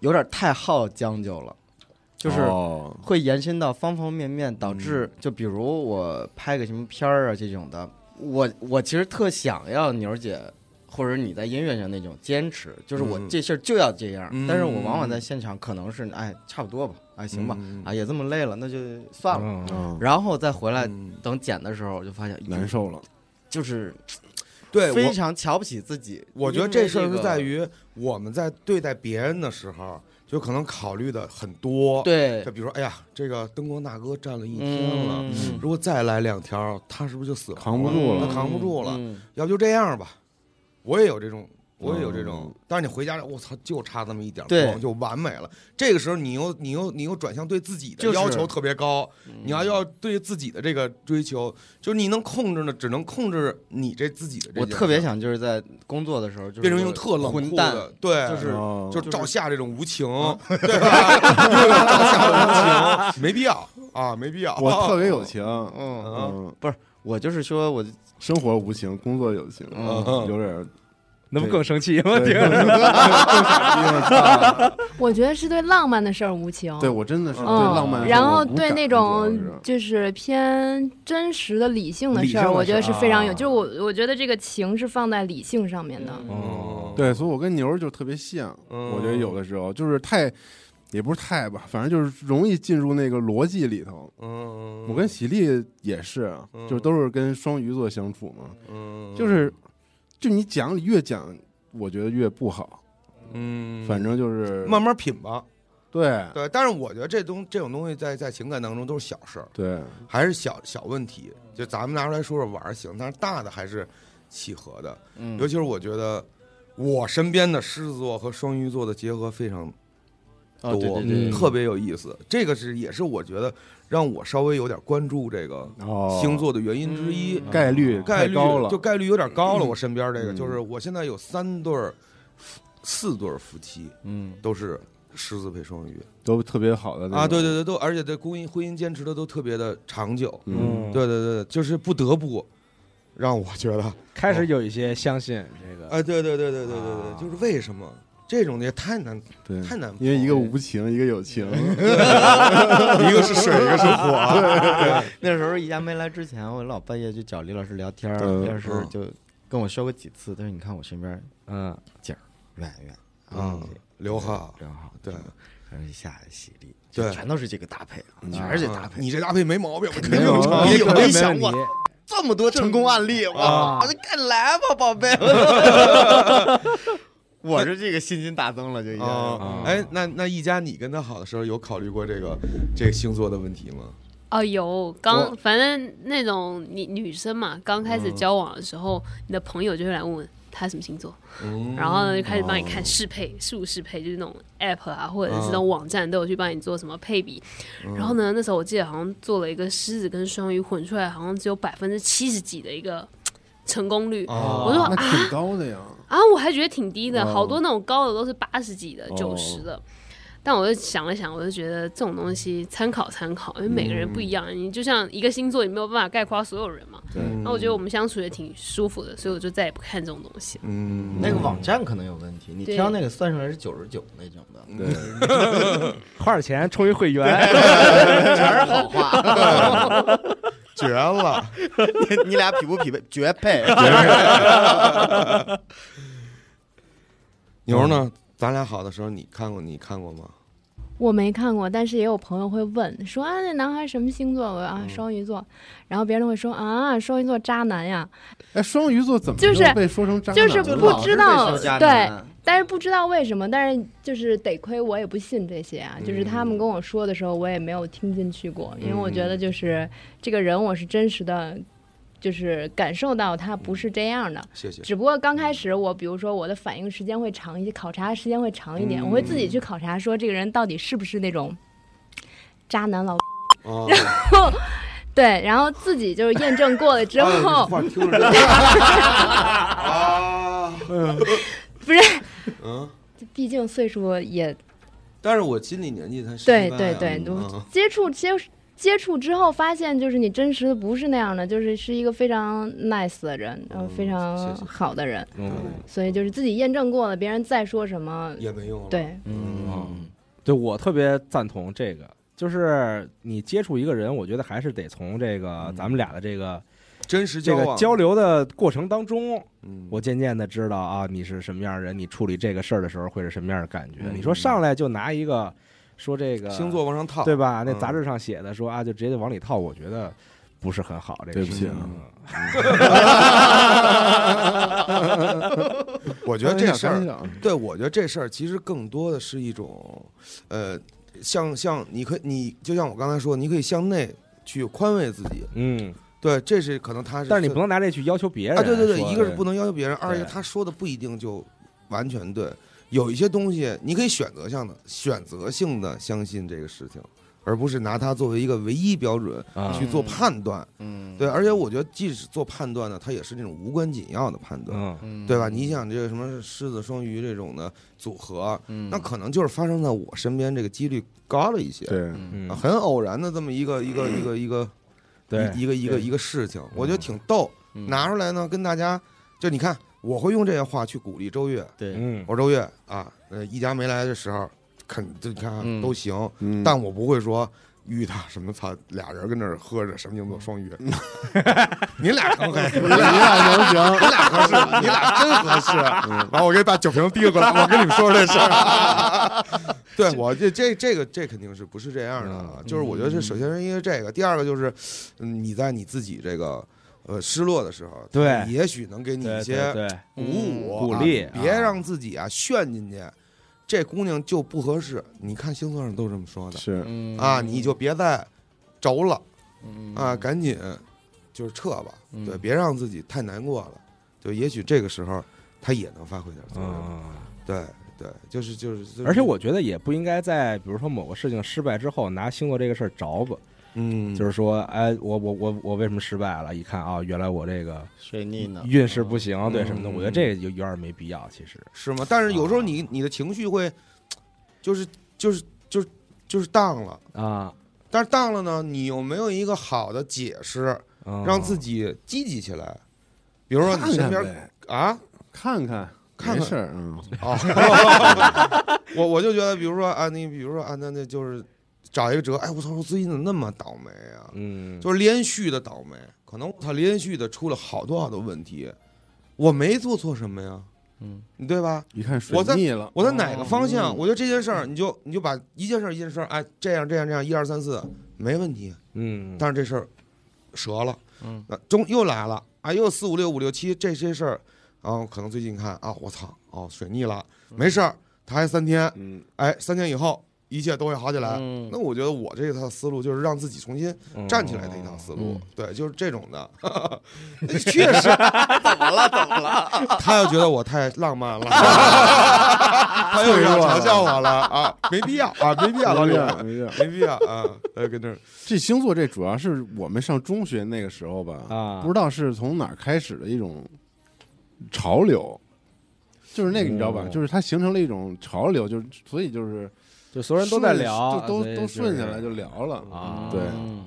Speaker 8: 有点太好将就了，就是
Speaker 5: 哦
Speaker 8: 会延伸到方方面面，导
Speaker 4: 嗯
Speaker 8: 致就比如我拍个什么片儿啊这种的，我我其实特想要牛姐或者你在音乐上那种坚持，就是我
Speaker 4: 嗯
Speaker 8: 这事儿就要这样，
Speaker 4: 嗯
Speaker 8: 但是我往往在现场可能是哎差不多吧，哎行吧，
Speaker 4: 嗯
Speaker 8: 啊也这么累了，那就算了，
Speaker 3: 嗯
Speaker 5: 嗯
Speaker 8: 然后再回来。
Speaker 4: 嗯
Speaker 8: 等剪的时候，我就发现
Speaker 5: 难，受了，
Speaker 8: 就是
Speaker 4: 对
Speaker 8: 非
Speaker 4: 我
Speaker 8: 常瞧不起自己。
Speaker 4: 我觉得
Speaker 8: 因为
Speaker 4: 这事儿是
Speaker 8: 个
Speaker 4: 在于我们在对待别人的时候，就可能考虑的很多。，
Speaker 8: 对
Speaker 4: 就，比如说，哎呀，这个灯光大哥站了一天了，
Speaker 8: 嗯，
Speaker 4: 如果再来两条，他是不是就死了？
Speaker 5: 扛不住了
Speaker 4: 他扛不住了。
Speaker 8: 嗯
Speaker 4: 要不就这样吧。我也有这种，我也有这种。但是你回家了，我操，就差这么一点儿
Speaker 8: 哦对
Speaker 4: 光，就完美了。这个时候，你又你又你又转向对自己的
Speaker 8: 就是嗯
Speaker 4: 要求特别高，你要要对自己的这个追求，就是你能控制的，只能控制你这自己的这件事。
Speaker 8: 我特别想就是在工作的时候，就是
Speaker 4: 变成一种特冷
Speaker 8: 混
Speaker 4: 酷
Speaker 8: 蛋
Speaker 4: 的，，对，
Speaker 8: 就是
Speaker 5: 哦
Speaker 4: 就是
Speaker 8: 是嗯
Speaker 4: 赵夏这种无情，对吧？ 又有赵夏的无情，没必要啊，没必要。
Speaker 5: 我特别
Speaker 4: 哦
Speaker 5: 有情，
Speaker 8: 嗯，
Speaker 5: 嗯，
Speaker 8: 我就是说我
Speaker 5: 生活无情，工作有情，
Speaker 8: 嗯
Speaker 5: 有点
Speaker 3: 那不更生气吗？听着，
Speaker 9: 我觉得是对浪漫的事儿 无情。
Speaker 5: 对我真的是对
Speaker 9: 嗯
Speaker 5: 浪漫的事儿
Speaker 9: 然后
Speaker 5: 我无
Speaker 9: 对
Speaker 5: 感
Speaker 9: 那
Speaker 5: 主要
Speaker 9: 种
Speaker 5: 是
Speaker 9: 就是偏真实的理性的
Speaker 3: 理
Speaker 9: 事
Speaker 3: 性
Speaker 9: 儿，
Speaker 3: 的
Speaker 9: 我觉得
Speaker 3: 事
Speaker 9: 是
Speaker 3: 儿
Speaker 9: 非常有，
Speaker 3: 啊
Speaker 9: 就是我我觉得这个情是放在理性上面的。
Speaker 5: 嗯
Speaker 3: 哦，
Speaker 5: 对，所以我跟牛儿就特别像，
Speaker 4: 嗯
Speaker 5: 我觉得有的时候就是太，也不是太吧，反正就是容易进入那个逻辑里头。
Speaker 4: 嗯，
Speaker 5: 我跟喜力也是，啊就是都是跟双鱼座相处嘛，
Speaker 4: 嗯
Speaker 5: 就是就你讲越讲，我觉得越不好，
Speaker 4: 嗯，
Speaker 5: 反正就是
Speaker 4: 慢慢品吧。
Speaker 5: 对
Speaker 4: 对，但是我觉得这东这种东西在在情感当中都是小事儿，
Speaker 5: 对，
Speaker 4: 还是小小问题。就咱们拿出来说说玩儿行，但是大的还是契合的。
Speaker 8: 嗯
Speaker 4: 尤其是我觉得我身边的狮子座和双鱼座的结合非常多，
Speaker 8: 哦对对对
Speaker 3: 嗯
Speaker 4: 特别有意思。这个是也是我觉得让我稍微有点关注这个
Speaker 5: 哦，
Speaker 4: 星座的原因之一。
Speaker 8: 嗯
Speaker 5: 概率
Speaker 4: 概
Speaker 5: 太
Speaker 4: 率
Speaker 5: 高了，
Speaker 4: 就概率有点高了。我身边这个
Speaker 5: 嗯
Speaker 4: 就是我现在有三对儿、四对儿夫妻
Speaker 8: 嗯
Speaker 4: 都是狮子配双鱼。
Speaker 5: 都特别好的那
Speaker 4: 啊，
Speaker 5: 种
Speaker 4: 对对对，都而且对婚姻婚姻坚持的都特别的长久，
Speaker 5: 嗯，
Speaker 4: 对对对，就是不得不让我觉得，
Speaker 3: 开始有一些相信这个，
Speaker 4: 哎，对对对对对对对，就是为什么这种的也太难
Speaker 5: 对，
Speaker 4: 太嗯难碰了，
Speaker 5: 嗯因为一个无情，一个有情，
Speaker 4: 一个是水，一个是火，
Speaker 8: 那时候宜家没来之前，我老半夜就找李老师聊天儿，
Speaker 5: 嗯
Speaker 8: 李老师
Speaker 4: 嗯
Speaker 8: 就跟我说过几次，他说你看我身边
Speaker 3: 嗯，
Speaker 8: 远远
Speaker 4: 啊，刘浩，
Speaker 8: 正好
Speaker 4: 对，
Speaker 8: 还有夏喜力，
Speaker 4: 对嗯
Speaker 8: 全都是这个搭配啊，全是这搭配。
Speaker 4: 你这搭配没毛病，肯
Speaker 5: 没有啊
Speaker 8: 你
Speaker 3: 没
Speaker 8: 没
Speaker 3: 有
Speaker 8: 想
Speaker 3: 你
Speaker 8: 过这么多成功案例，我
Speaker 3: 啊
Speaker 8: 我说快来吧，宝贝， 我是这个信心大增了，就已经。
Speaker 4: 啊，哎，那那一家，你跟他好的时候有考虑过这个这个星座的问题吗？
Speaker 7: 哦，有刚反正那种你女生嘛，刚开始交往的时候，你的朋友就会来问她什么星座，
Speaker 4: 嗯
Speaker 7: 然后呢就开始帮你
Speaker 5: 哦
Speaker 7: 看适配、数适配，就是那种 app 啊，或者是这
Speaker 5: 嗯
Speaker 7: 种网站都有去帮你做什么配比。然后呢，那时候我记得好像做了一个狮子跟双鱼混出来，好像只有百分之七十几的一个成功率。
Speaker 4: 哦
Speaker 7: 我说
Speaker 5: 那挺高的呀，
Speaker 7: 啊，我还觉得挺低的，
Speaker 5: 哦
Speaker 7: 好多那种高的都是八十几的、
Speaker 5: 哦
Speaker 7: 九十的。但我就想了想，我就觉得这种东西参考参考，因为每个人不
Speaker 5: 嗯
Speaker 7: 一样。你就像一个星座，你没有办法概括所有人嘛。
Speaker 5: 对
Speaker 4: 嗯
Speaker 7: 那我觉得我们相处也挺舒服的，所以我就再也不看这种东西 了。
Speaker 4: 嗯
Speaker 8: 那个网站可能有问题，你
Speaker 7: 对
Speaker 8: 挑那个算出来是九十九那种的，
Speaker 5: 对，
Speaker 3: 花点钱充一会员，
Speaker 8: 全是好话。
Speaker 4: 绝了！
Speaker 6: 你你俩匹不匹配？绝 配。
Speaker 4: 牛呢？咱俩好的时候，你看过你看过吗？
Speaker 9: 我没看过，但是也有朋友会问说啊，那男孩什么星座？我
Speaker 5: 嗯
Speaker 9: 啊双鱼座，然后别人会说啊双鱼座渣男呀，
Speaker 5: 哎，双鱼座怎么
Speaker 9: 就是
Speaker 5: 被说成渣男
Speaker 9: 就
Speaker 5: 了？啊
Speaker 9: 是
Speaker 6: 就
Speaker 9: 不
Speaker 6: 老
Speaker 9: 知
Speaker 6: 是被
Speaker 9: 道
Speaker 6: 说渣
Speaker 9: 对
Speaker 6: 男，
Speaker 9: 但是不知道为什么，但是就是得亏我也不信这些啊，就是他
Speaker 5: 嗯
Speaker 9: 们跟我说的时候，我也没有听进去过，因为我觉得就是这个人我是真实的，就是感受到他不是这样的。
Speaker 4: 谢谢。
Speaker 9: 只不过刚开始我，比如说我的反应时间会长一些，考察时间会长一点，我会自
Speaker 4: 嗯
Speaker 9: 己去考察，说这个人到底是不是那种渣男老
Speaker 4: 哦，
Speaker 9: 对，然后自己就是验证过了 之
Speaker 4: 哎呦这
Speaker 9: 后，
Speaker 4: 话听着 真啊，
Speaker 9: 不是，
Speaker 4: 嗯，
Speaker 9: 毕竟岁数也
Speaker 4: 但是我心理年纪才十
Speaker 9: 对
Speaker 4: 八
Speaker 9: 对
Speaker 4: 呀
Speaker 9: 对，
Speaker 4: 嗯
Speaker 9: 都
Speaker 4: 嗯
Speaker 9: 接触接接触之后，发现就是你真实的不是那样的，就是是一个非常 nice 的人，然后非
Speaker 4: 嗯
Speaker 9: 常
Speaker 4: 谢谢
Speaker 9: 好的人，
Speaker 3: 嗯，
Speaker 9: 所以就是自己验证过了，别人再说什么，
Speaker 4: 也没用了。，
Speaker 9: 对，
Speaker 3: 嗯，对我特别赞同这个，就是你接触一个人，我觉得还是得从这个咱们俩的这个
Speaker 4: 真实
Speaker 3: 这
Speaker 4: 嗯交
Speaker 3: 个
Speaker 4: 往
Speaker 3: 交，流的过程当中，
Speaker 4: 嗯
Speaker 3: 我渐渐的知道啊，你是什么样的人，你处理这个事儿的时候会是什么样的感觉。
Speaker 4: 嗯
Speaker 3: 你说上来就拿一个说这个
Speaker 4: 星座往上套，
Speaker 3: 对吧？那
Speaker 4: 嗯
Speaker 3: 杂志上写的说啊，就直接就往里套，我觉得不是很好。这个
Speaker 5: 对不起啊
Speaker 3: 事情
Speaker 4: 我觉得这事
Speaker 5: 想
Speaker 4: 儿，
Speaker 5: 想
Speaker 4: 对我觉得这事儿其实更多的是一种，呃，像像你可以你就像我刚才说，你可以向内去宽慰自己，
Speaker 3: 嗯，
Speaker 4: 对，这是可能他是，
Speaker 3: 但是你不能拿这去要求别人
Speaker 4: 啊，对对对，
Speaker 3: 说
Speaker 4: 一个是不能要求别人，二一个
Speaker 3: 对
Speaker 4: 他说的不一定就完全对，有一些东西你可以选择性的、选择性的相信这个事情，而不是拿它作为一个唯一标准
Speaker 3: 啊
Speaker 4: 去做判断。
Speaker 8: 嗯，
Speaker 4: 对，而且我觉得即使做判断呢，它也是那种无关紧要的判断，
Speaker 3: 嗯
Speaker 8: 嗯，
Speaker 4: 对吧？你想这个什么狮子、双鱼这种的组合，
Speaker 8: 嗯，
Speaker 4: 那可能就是发生在我身边这个几率高了一些。
Speaker 5: 对，
Speaker 3: 嗯
Speaker 4: 啊很偶然的这么一个一个一个一个
Speaker 3: 对
Speaker 4: 一一个一个一个事情，我觉得挺逗。
Speaker 8: 嗯
Speaker 4: 拿出来呢，跟大家就你看，我会用这些话去鼓励周越。
Speaker 8: 对，
Speaker 3: 嗯
Speaker 4: 我说周越啊，呃，一家没来的时候，肯就你看啊
Speaker 8: 嗯
Speaker 4: 都行，
Speaker 5: 嗯
Speaker 4: 但我不会说遇他什么他俩人跟那儿喝着什么星座双鱼， 你俩可以，你俩能行， 你俩合适，你俩真合 适。
Speaker 5: 嗯
Speaker 4: 完，我给你把酒瓶递过 来，我跟你们说这事儿。对我这这这个这肯定是不是这样的啊？
Speaker 3: 嗯
Speaker 4: 就是我觉得是首先是因为这个，第二个就是嗯你在你自己这个呃失落的时候，
Speaker 3: 对
Speaker 4: 也许能给你
Speaker 3: 对
Speaker 4: 一
Speaker 3: 对
Speaker 4: 些
Speaker 3: 对
Speaker 4: 鼓舞、
Speaker 3: 鼓励
Speaker 4: 啊别让自己啊陷进去。这姑娘就不合适，你看星座上都这么说的
Speaker 5: 是
Speaker 8: 嗯
Speaker 4: 啊，你就别再轴了
Speaker 8: 嗯
Speaker 4: 啊，赶紧就是撤吧，
Speaker 8: 嗯
Speaker 4: 对，别让自己太难过了。就也许这个时候他也能发挥点作用，
Speaker 3: 嗯。
Speaker 4: 对对，就是就是。就是
Speaker 3: 而且我觉得也不应该在比如说某个事情失败之后拿星座这个事儿着吧，
Speaker 4: 嗯，
Speaker 3: 就是说，哎，我我我我为什么失败了？一看啊，原来我这个
Speaker 8: 水逆呢，
Speaker 3: 运势不行，对什么的，
Speaker 4: 嗯
Speaker 3: 我觉得这个有有点没必要。其实，
Speaker 4: 是吗？但是有时候你你的情绪会，就是就是就是就是荡了，
Speaker 3: 啊，
Speaker 4: 但是荡了呢，你有没有一个好的解释让自
Speaker 3: 己
Speaker 4: 己积极起来？比如说你
Speaker 5: 看
Speaker 4: 身
Speaker 5: 看
Speaker 4: 边
Speaker 5: 呗
Speaker 4: 啊，
Speaker 5: 看看
Speaker 4: 看看
Speaker 5: 没事儿，嗯，
Speaker 4: 哦， 我我就觉得，比如说啊，你比如说啊，那那就是找一个辙，哎，我操，我最近怎么那么倒霉啊？
Speaker 3: 嗯，
Speaker 4: 就是连续的倒霉，可能我操连续的出了好多好多问题，我没做错什么呀，
Speaker 8: 嗯，
Speaker 4: 对吧？
Speaker 5: 一看水
Speaker 4: 我在
Speaker 5: 逆了，
Speaker 4: 我在哪个方向？我觉得这件事儿，你就你就把一件事儿一件事儿，哎，这样这样这样，一二三四没问题，
Speaker 3: 嗯，
Speaker 4: 但是这事儿折了，
Speaker 8: 嗯，
Speaker 4: 那中又来了啊，又四五六五六七这些事儿，然后可能最近看啊，我操，哦，水逆了，没事儿，他还三天，
Speaker 5: 嗯，
Speaker 4: 哎，三天以后一切都会好起来。
Speaker 8: 嗯
Speaker 4: 那我觉得我这一套思路就是让自己重新
Speaker 3: 嗯
Speaker 4: 站起来的一套思路，
Speaker 8: 嗯
Speaker 4: 对，就是这种 的。确实，怎么了？怎么了？他又觉得我太浪漫 了，他又要嘲笑我了啊！没必要啊，没必要，老
Speaker 5: 没
Speaker 4: 李
Speaker 5: 事，儿没事儿
Speaker 4: 没必要啊！哎，跟这儿
Speaker 5: 这星座这主要是我们上中学那个时候吧，
Speaker 3: 啊
Speaker 5: 不知道是从哪儿开始的一种潮流，就是那个你知道吧？
Speaker 3: 哦
Speaker 5: 就是它形成了一种潮流，就是所以就是
Speaker 3: 就所有人都在聊，啊
Speaker 5: 就都
Speaker 3: 所以
Speaker 5: 都
Speaker 3: 就
Speaker 5: 顺下
Speaker 3: 是
Speaker 5: 来就聊了。
Speaker 3: 啊，
Speaker 5: 对，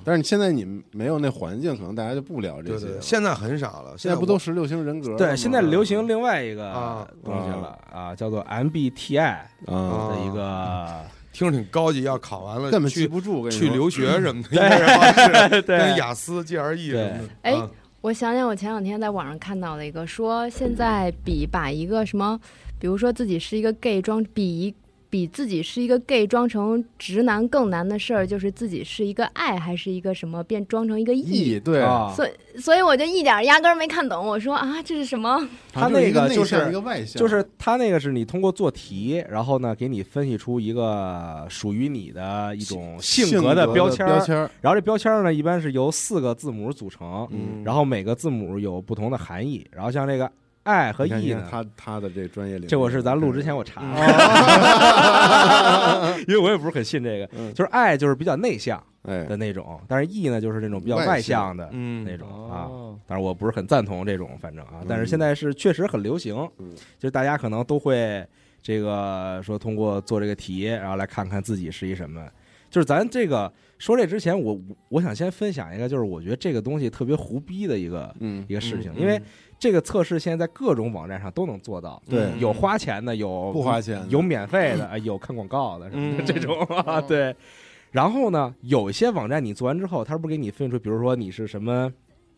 Speaker 5: 但是现在你们没有那环境，可能大家就不聊这
Speaker 4: 对
Speaker 5: 些了。
Speaker 4: 对，现在很少了，
Speaker 5: 现在
Speaker 4: 我
Speaker 5: 不都十六型人格了吗？
Speaker 3: 对，现在流行另外一
Speaker 4: 啊
Speaker 3: 个东西了啊，叫做 MBTI
Speaker 5: 啊
Speaker 4: 啊
Speaker 3: 的一个
Speaker 4: 听着挺高级，要考完了
Speaker 5: 根本记
Speaker 4: 去
Speaker 5: 不住。我跟你
Speaker 4: 去
Speaker 5: 说
Speaker 4: 留学什么 的，应该是方式
Speaker 3: 对
Speaker 4: 跟雅思、GRE 什么的。
Speaker 9: 哎
Speaker 4: 啊
Speaker 9: 我想想，我前两天在网上看到了一个，说现在比把一个什么，比如说自己是一个 gay 装比一比自己是一个 gay 装成直男更难的事儿，就是自己是一个爱还是一个什么变装成一个
Speaker 5: 意
Speaker 9: e。
Speaker 5: 对，
Speaker 3: 啊，
Speaker 9: 所以，所以我就一点儿压根儿没看懂。我说啊，这是什么？
Speaker 3: 他那个
Speaker 5: 个
Speaker 3: 就
Speaker 5: 一
Speaker 3: 是
Speaker 5: 个外向，
Speaker 3: 就是他那个是你通过做题，然后呢给你分析出一个属于你的一种性格的标签
Speaker 5: 标
Speaker 3: 儿，
Speaker 5: 签儿，
Speaker 3: 然后这标签儿呢一般是由四个字母组成，
Speaker 5: 嗯，
Speaker 3: 然后每个字母有不同的含义，然后像这个爱和
Speaker 5: 你看你
Speaker 3: E
Speaker 5: 看
Speaker 3: 呢，
Speaker 5: 他他的这个专业领域，
Speaker 3: 这我是咱录之前我查的， 因为我也不是很信这个，
Speaker 5: 嗯
Speaker 3: 就是爱就是比较内向
Speaker 5: 哎
Speaker 3: 的那种，但是 E 呢就是那种比较
Speaker 5: 外
Speaker 3: 外
Speaker 5: 向哦
Speaker 3: 向的
Speaker 4: 嗯
Speaker 3: 那
Speaker 8: 哦
Speaker 3: 种啊。但是我不是很赞同这种，反正啊
Speaker 5: 嗯，
Speaker 3: 但是现在是确实很流行，
Speaker 5: 嗯
Speaker 3: 就是大家可能都会这个说通过做这个题，然后来看看自己是一什么。就是咱这个说这之前，我我想先分享一个，就是我觉得这个东西特别胡逼的一个
Speaker 5: 嗯
Speaker 3: 一个事情，
Speaker 4: 嗯
Speaker 3: 因为这个测试现在在各种网站上都能做到，
Speaker 5: 对
Speaker 3: 有花钱的，有
Speaker 5: 不花钱的
Speaker 3: 有免费的，啊有看广告的什么的
Speaker 4: 嗯
Speaker 3: 这种啊，对。然后呢，有一些网站你做完之后，它是不是给你分析出，比如说你是什么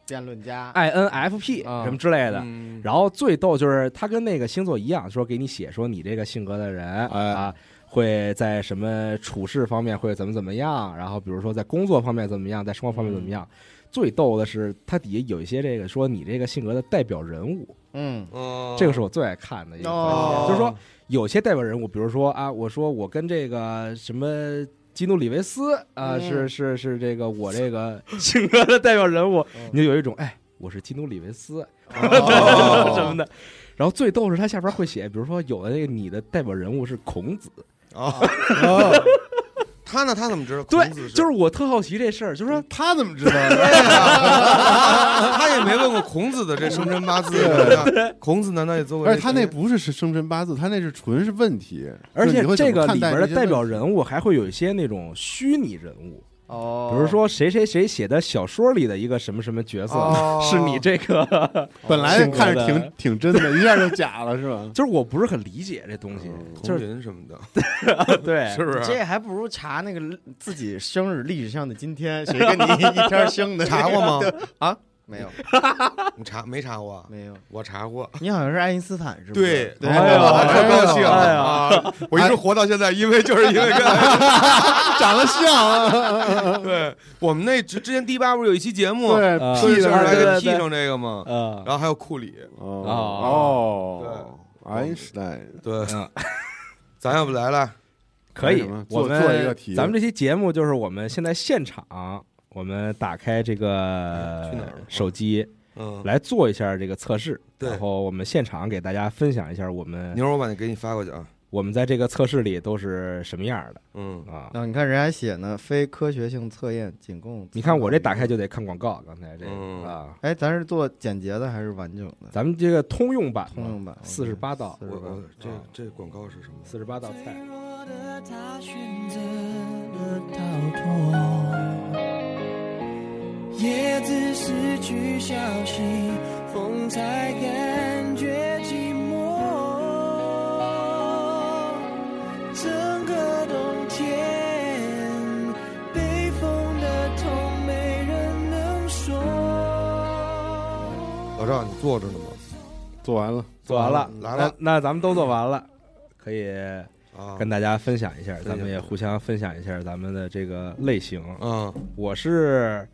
Speaker 8: 辩论家
Speaker 3: INFP
Speaker 8: 啊
Speaker 3: 什么之类的。
Speaker 4: 嗯
Speaker 3: 然后最逗就是他跟那个星座一样，说给你写说你这个性格的人
Speaker 5: 哎
Speaker 3: 啊，会在什么处事方面会怎么怎么样，然后比如说在工作方面怎么样，在生活方面怎么样。最逗的是，它底下有一些这个说你这个性格的代表人物，
Speaker 8: 嗯，
Speaker 4: 哦
Speaker 3: 这个是我最爱看的一个环节，
Speaker 8: 哦
Speaker 3: 就是说有些代表人物，比如说啊，我说我跟这个什么基努里维斯啊，
Speaker 8: 嗯
Speaker 3: 是是是这个我这 个性格的代表人物
Speaker 8: 嗯，
Speaker 3: 你就有一种哎，我是基努里维斯
Speaker 5: 哦
Speaker 3: 什么的。然后最逗是他下边会写，比如说有的那个你的代表人物是孔子，
Speaker 4: 啊，他呢？他怎么知道？
Speaker 3: 对
Speaker 4: 孔子，是
Speaker 3: 就是我特好奇这事儿，就是说
Speaker 5: 他怎么知道的？
Speaker 4: 他也没问过孔子的这生辰八字，那孔子难道也做过这
Speaker 5: 而
Speaker 4: 些？
Speaker 5: 且他那不是是生辰八字，他那是纯是问题，
Speaker 3: 而且
Speaker 5: 就是你会怎
Speaker 3: 这
Speaker 5: 么
Speaker 3: 个
Speaker 5: 看
Speaker 3: 里
Speaker 5: 待
Speaker 3: 边的
Speaker 5: 这些
Speaker 3: 代表
Speaker 5: 问题
Speaker 3: 人物还会有一些那种虚拟人物，
Speaker 8: 哦
Speaker 3: 比如说谁谁谁写的小说里的一个什么什么角色，
Speaker 4: 哦
Speaker 3: 是你这个
Speaker 5: 本来
Speaker 3: 性格
Speaker 5: 看着
Speaker 3: 的？
Speaker 5: 挺挺真的，一下就假了，是吧
Speaker 3: 就是我不是很理解这东西，就
Speaker 4: 孔
Speaker 3: 是
Speaker 4: 云什么的，
Speaker 3: 对
Speaker 4: 嗯是不是？
Speaker 8: 这还不如查那个自己生日历史上的今天，谁 跟你一天生的？
Speaker 4: 查过吗？
Speaker 8: 没有，
Speaker 4: 你查没查过？
Speaker 8: 没有。
Speaker 4: 我查过。
Speaker 8: 你好像是爱因斯坦是吧？
Speaker 4: 对，
Speaker 8: 对
Speaker 3: 哎呦
Speaker 4: 我特高兴
Speaker 3: 哎呦
Speaker 4: 啊！我一直活到现在，因为就是因为跟
Speaker 5: 长得 像，
Speaker 4: 对我们那之之前第八部有一期节目，
Speaker 5: 对
Speaker 3: 啊
Speaker 4: 说
Speaker 5: ，P
Speaker 4: 是
Speaker 5: 的
Speaker 4: 来
Speaker 3: 对
Speaker 4: 给
Speaker 3: 对
Speaker 4: P 成这个嘛。
Speaker 3: 呃，
Speaker 4: 然后还有库里，
Speaker 5: 哦哦，爱因斯坦
Speaker 4: 对
Speaker 3: 嗯，
Speaker 4: 咱要不来来，
Speaker 3: 可以
Speaker 5: 干什么，做
Speaker 3: 我们
Speaker 5: 做一个题
Speaker 3: 咱们这期节目就是我们现在现场，我们打开这
Speaker 4: 去哪儿
Speaker 3: 个
Speaker 4: 了
Speaker 3: 手机
Speaker 4: 嗯，
Speaker 3: 来做一下这个测试，
Speaker 4: 对
Speaker 3: 然后我们现场给大家分享一下我们
Speaker 4: 牛肉，我把你给你发过去啊。
Speaker 3: 我们在这个测试里都是什么样的
Speaker 4: 嗯，
Speaker 3: 啊。
Speaker 8: 啊，你看人家还写呢，非科学性测验仅供。
Speaker 3: 你看我这打开，就得看广告，刚才这
Speaker 4: 嗯
Speaker 3: 个啊，
Speaker 8: 哎，咱是做简洁的还是完整的？
Speaker 3: 咱们这个通用版嘛，
Speaker 8: 通用版
Speaker 3: 四十八道
Speaker 8: 四，
Speaker 4: 我
Speaker 8: 十八
Speaker 4: 我。这这广告是什么？
Speaker 3: 四十八道
Speaker 2: 脆
Speaker 3: 菜，
Speaker 2: 弱的他选择了逃脱，叶子失去消息，风才感觉寂寞。整个冬天被风的痛，没人能说。
Speaker 4: 老赵，你坐着呢吗？
Speaker 5: 做完了，
Speaker 3: 做完了，
Speaker 4: 来
Speaker 3: 那
Speaker 4: 吧
Speaker 3: 那咱们都做完了，可以
Speaker 4: 啊，
Speaker 3: 跟大家分享一下，
Speaker 4: 享
Speaker 3: 咱们也互相分享一下咱们的这个类型。
Speaker 4: 嗯
Speaker 3: 我是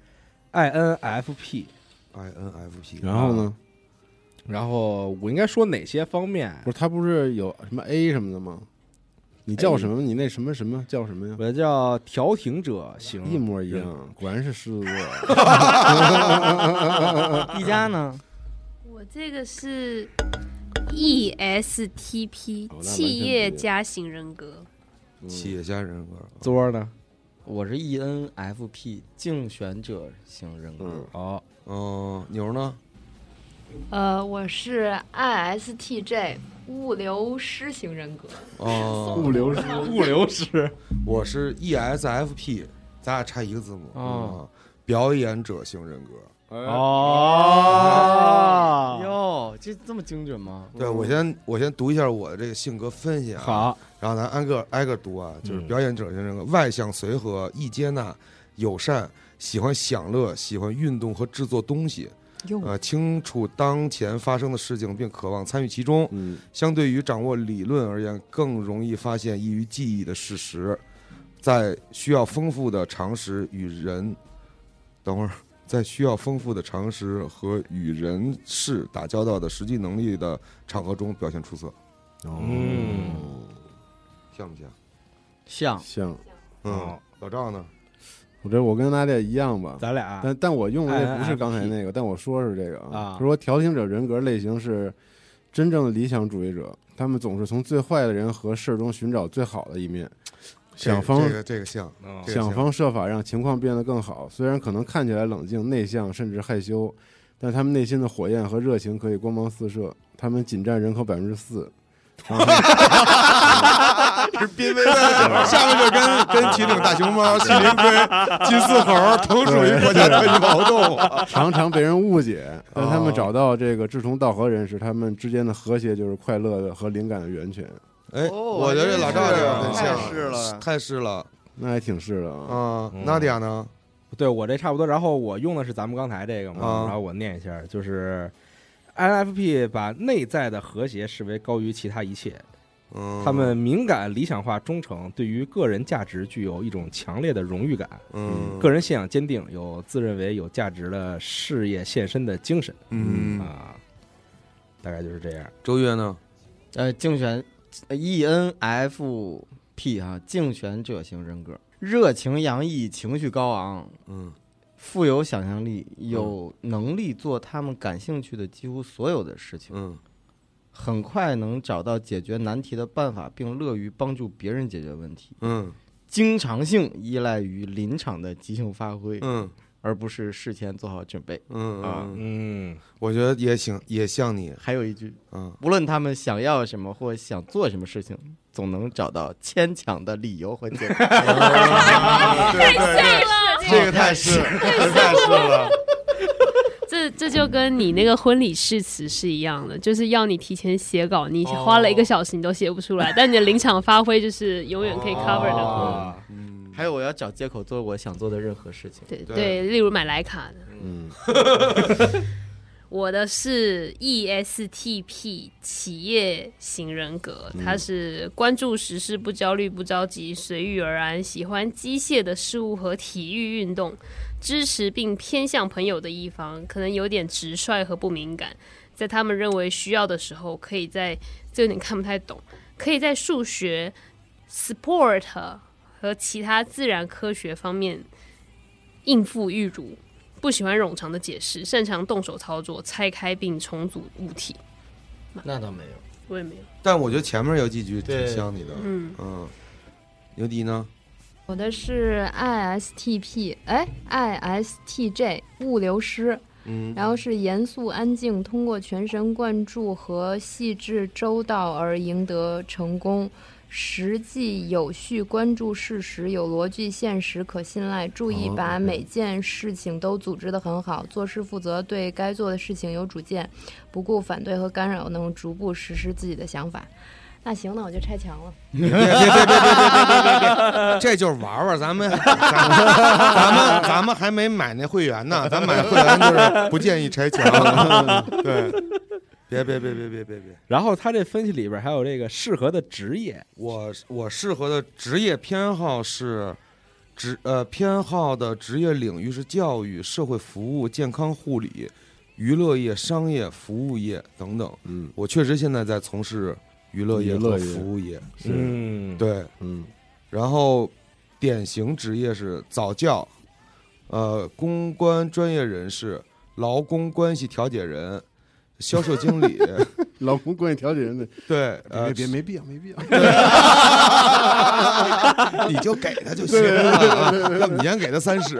Speaker 3: INFP，
Speaker 4: ，INFP，
Speaker 5: 然后呢？
Speaker 3: 然后我应该说哪些方面？
Speaker 5: 不是他不是有什么 A 什么的吗？你
Speaker 3: 哎
Speaker 5: 叫什么？你那什么什么叫什么呀？
Speaker 3: 我叫调停者
Speaker 5: 一
Speaker 3: 型，
Speaker 5: 模一样，果然是狮子座。
Speaker 8: 一家呢？
Speaker 7: 我这个是 E ESTP
Speaker 5: 哦那完全不一样
Speaker 7: 企业家型人格，
Speaker 4: 嗯企业家人格，
Speaker 3: 桌呢？
Speaker 8: 我是 E ENFP 竞选者型人格。
Speaker 5: 嗯
Speaker 3: 哦，
Speaker 4: 嗯，牛呢？
Speaker 9: 呃，我是 ISTJ 物流师型人格。
Speaker 4: 哦，
Speaker 5: 物流师，
Speaker 3: 物流师，
Speaker 4: 我是 E ESFP，咱俩差一个字母
Speaker 8: 哦
Speaker 4: 嗯表演者型人格，
Speaker 5: 哦，
Speaker 3: 哦，
Speaker 4: 啊
Speaker 8: 哟，靠，这这么精准吗？
Speaker 4: 对我先我先读一下我的这个性格分析啊，，
Speaker 3: 好，
Speaker 4: 然后咱挨个挨个读啊，就是
Speaker 3: 嗯
Speaker 4: 表演者型人格，外向、随和、易接纳、友善，喜欢享乐，喜欢运动和制作东西，呃，清楚当前发生的事情并渴望参与其中，
Speaker 5: 嗯，
Speaker 4: 相对于掌握理论而言，更容易发现易于记忆的事实，在需要丰富的常识与人，等会儿， 在需要丰富的常识和与人事打交道的实际能力的场合中表现出色，
Speaker 5: 哦
Speaker 3: 嗯，
Speaker 4: 像不像？
Speaker 8: 像
Speaker 5: 像
Speaker 4: 嗯，老赵呢？
Speaker 5: 我这我跟大家一样吧，
Speaker 3: 咱俩
Speaker 5: 但但我用的哎那不是刚才那个，但我说是这个
Speaker 3: 啊
Speaker 5: 就是说调停者人格类型是真正的理想主义者，他们总是从最坏的人和事儿中寻找最好的一面，想方
Speaker 4: 这个这个像，
Speaker 3: 嗯
Speaker 4: 这个
Speaker 5: 想
Speaker 4: 像
Speaker 5: 方设法让情况变得更好。虽然可能看起来冷静、内向，甚至害羞，但他们内心的火焰和热情可以光芒四射。他们仅占人口百分之四，然后
Speaker 4: 是濒危 的，下面就跟跟秦岭大熊 猫、麒麟龟、金丝猴同属于国家特级保护 动物。
Speaker 5: 常常被人误解。当他们找到这个志同道合人时，他们之间的和谐就是快乐的和灵感的源泉。
Speaker 4: 哎，
Speaker 6: 哦
Speaker 4: 我觉得这老赵这个很像，
Speaker 6: 太是了
Speaker 4: 太是了
Speaker 5: 那还挺是的啊。
Speaker 4: 啊！
Speaker 3: 嗯
Speaker 4: 娜迪亚呢？
Speaker 3: 对我这差不多。然后我用的是咱们刚才这个嘛
Speaker 4: 啊，
Speaker 3: 然后我念一下，就是 INFP 把内在的和谐视为高于其他一切，
Speaker 4: 嗯，
Speaker 3: 他们敏感、理想化、忠诚，对于个人价值具有一种强烈的荣誉感，
Speaker 4: 嗯
Speaker 3: 个人信仰坚定，有自认为有价值的事业献身的精神
Speaker 4: 嗯，
Speaker 3: 啊，大概就是这样。
Speaker 4: 周越呢？
Speaker 8: 呃，竞选 E N F P 哈、竞选者型人格，热情洋溢，情绪高昂，
Speaker 4: 嗯
Speaker 8: 富有想象力，有能力做他们感兴趣的几乎所有的事情，
Speaker 4: 嗯
Speaker 8: 很快能找到解决难题的办法，并乐于帮助别人解决问题。
Speaker 4: 嗯
Speaker 8: 经常性依赖于临场的即兴发挥，
Speaker 4: 嗯
Speaker 8: 而不是事前做好准备。
Speaker 4: 嗯
Speaker 8: 啊
Speaker 4: 嗯，
Speaker 3: 嗯，
Speaker 4: 我觉得也行，也像你，
Speaker 8: 还有一句，
Speaker 4: 嗯，
Speaker 8: 无论他们想要什么或想做什么事情，总能找到牵强的理由和 借口。
Speaker 4: 对对对，这个太是，这太是了，
Speaker 7: 这这就跟你那个婚礼誓词是一样的，就是要你提前写稿，你花了一个小时你都写不出来，但你的临场发挥就是永远
Speaker 8: 哦
Speaker 7: 可以 cover 的过。
Speaker 3: 啊，
Speaker 4: 嗯，
Speaker 8: 还有，我要找借口做我想做的任何事情。
Speaker 7: 对
Speaker 4: 对
Speaker 7: 对，例如买徕卡的，
Speaker 5: 嗯，
Speaker 7: 我的是 E ESTP 企业型人格，它是关注时事，不焦虑，不着急，随遇而安，喜欢机械的事物和体育运动，支持并偏向朋友的一方，可能有点直率和不敏感，在他们认为需要的时候，可以在这有点看不太懂，可以在数学、sport 和其他自然科学方面应付裕如。不喜欢冗长的解释，擅长动手操作，拆开并重组物体。
Speaker 8: 那倒没有，
Speaker 7: 我也没有，
Speaker 4: 但我觉得前面有几句挺
Speaker 8: 对
Speaker 4: 像你的，
Speaker 7: 嗯，
Speaker 4: 嗯，牛迪呢？
Speaker 10: 我的是 ISTP，哎，ISTJ 物流师，
Speaker 4: 嗯，
Speaker 10: 然后是严肃安静，通过全神贯注和细致周到而赢得成功，实际有序关注事实，有逻辑、现实、可信赖，注意把每件事情都组织得很好，做事负责，对该做的事情有主见，不顾反对和干扰，能逐步实施自己的想法。
Speaker 9: 那行，那我就拆墙了。
Speaker 4: 别别别别别别别别别别！ 这就是玩玩，咱们 咱们咱们还没买那会员呢，咱买会员就是不建议拆墙。对， 别别别别别别别！
Speaker 3: 然后他这分析里边还有这个适合的职业，
Speaker 4: 我我适合的职业偏好是职呃偏好的职业领域是教育、社会服务、健康护理、娱乐业、商业服务业等等。
Speaker 5: 嗯，
Speaker 4: 我确实现在在从事娱乐业
Speaker 5: 娱乐
Speaker 4: 和
Speaker 5: 业
Speaker 4: 服务业。
Speaker 5: 是，
Speaker 3: 嗯，
Speaker 4: 对，
Speaker 5: 嗯，
Speaker 4: 然后典型职业是早教，呃，公关专业人士、劳工关系调解人、销售经理，
Speaker 5: 老公关系调解人的，
Speaker 4: 对，
Speaker 5: 别
Speaker 4: 呃，
Speaker 5: 别没必要，没必要。
Speaker 4: 你就给他就行了，啊要不你先给他三十，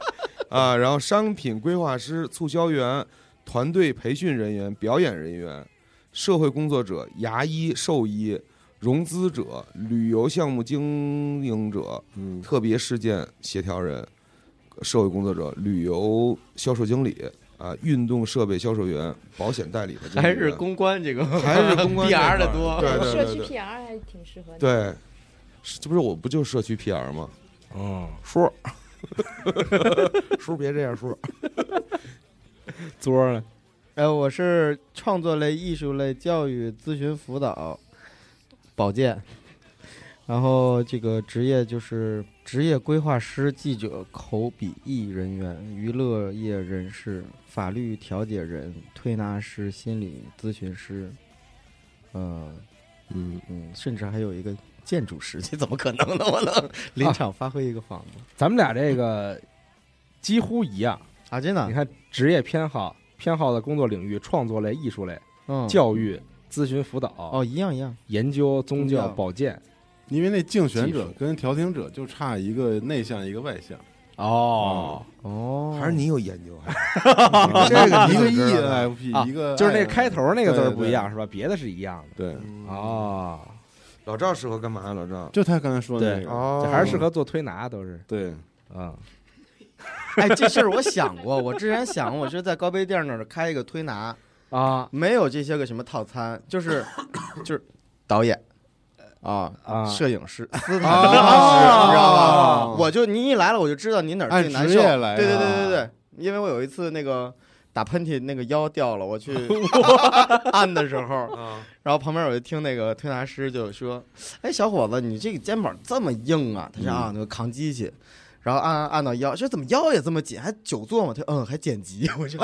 Speaker 4: 啊，然后商品规划师、促销员、团队培训人员、表演人员、社会工作者、牙医、兽医、融资者、旅游项目经营者、
Speaker 5: 嗯，
Speaker 4: 特别事件协调人、社会工作者、旅游销售经理，啊，运动设备销售员、保险代理的这些人，
Speaker 8: 还是公关这个，
Speaker 4: 还是公关这
Speaker 8: PR
Speaker 4: 块
Speaker 8: 的
Speaker 4: 儿
Speaker 8: 多。
Speaker 4: 对对
Speaker 9: 社
Speaker 4: 对
Speaker 9: 区
Speaker 4: 对
Speaker 9: PR 还挺适合你。
Speaker 4: 对，是这不是我不就是社区 PR 吗？
Speaker 3: 嗯，
Speaker 4: 叔，叔别这样， 叔，
Speaker 3: 桌儿呢？
Speaker 8: 呃，我是创作类、艺术类、教育咨询辅导、保健，然后这个职业就是职业规划师、记者、口笔译人员、娱乐业人士、法律调解人、推拿师、心理咨询师，呃，
Speaker 5: 嗯，
Speaker 8: 嗯，甚至还有一个建筑师， 这怎么可能呢？我
Speaker 3: 啊
Speaker 8: 能临场发挥一个仿子
Speaker 3: 咱们俩这个几乎一样。
Speaker 8: 啊！真的
Speaker 3: 你，看职业偏好，偏好的工作领域，创作类、艺术类、
Speaker 8: 嗯，
Speaker 3: 教育、咨询辅导、
Speaker 8: 哦，一样一样，
Speaker 3: 研究、宗
Speaker 8: 宗
Speaker 3: 教、
Speaker 8: 教
Speaker 3: 保健。
Speaker 5: 因为那竞选者
Speaker 3: 技术
Speaker 5: 跟调停者就差一个内向一个外向，
Speaker 3: 哦，
Speaker 8: 哦，
Speaker 4: 还是你有研究啊？
Speaker 3: 嗯
Speaker 5: 这
Speaker 4: 个
Speaker 5: 一个
Speaker 4: 你知道
Speaker 5: ENFP，、
Speaker 3: 啊
Speaker 5: 一个
Speaker 3: 就是那
Speaker 5: I
Speaker 3: 开头那个字儿不一样
Speaker 5: 对
Speaker 3: 是吧？别的是一样的。
Speaker 5: 对，
Speaker 3: 哦，
Speaker 4: 老赵适合干嘛呀？老赵，
Speaker 5: 就他刚才说的那个，
Speaker 4: 哦
Speaker 3: 这还是适合做推拿，都是
Speaker 5: 对，
Speaker 3: 啊。
Speaker 8: 哎，这事儿我想过，我之前想过，我是在高碑店那儿开一个推拿，
Speaker 3: 啊
Speaker 8: 没有这些个什么套餐，就是 就是导演啊
Speaker 3: 啊
Speaker 8: 摄影 师、斯坦
Speaker 5: 啊
Speaker 8: 利老师，你知道吧？
Speaker 5: 啊
Speaker 8: 我就您一来了，我就知道您哪儿最难
Speaker 5: 按职
Speaker 8: 受。
Speaker 5: 业来啊
Speaker 8: 对对对对对，因为我有一次那个打喷嚏，那个腰掉了，我 去按的时候，然后旁边我就听那个推拿师就说：“哎，小伙子，你这个肩膀这么硬啊？”他说：“啊，那个扛机器。”然后按按按到腰，说怎么腰也这么紧，还久坐吗？他说嗯，还剪辑，我说、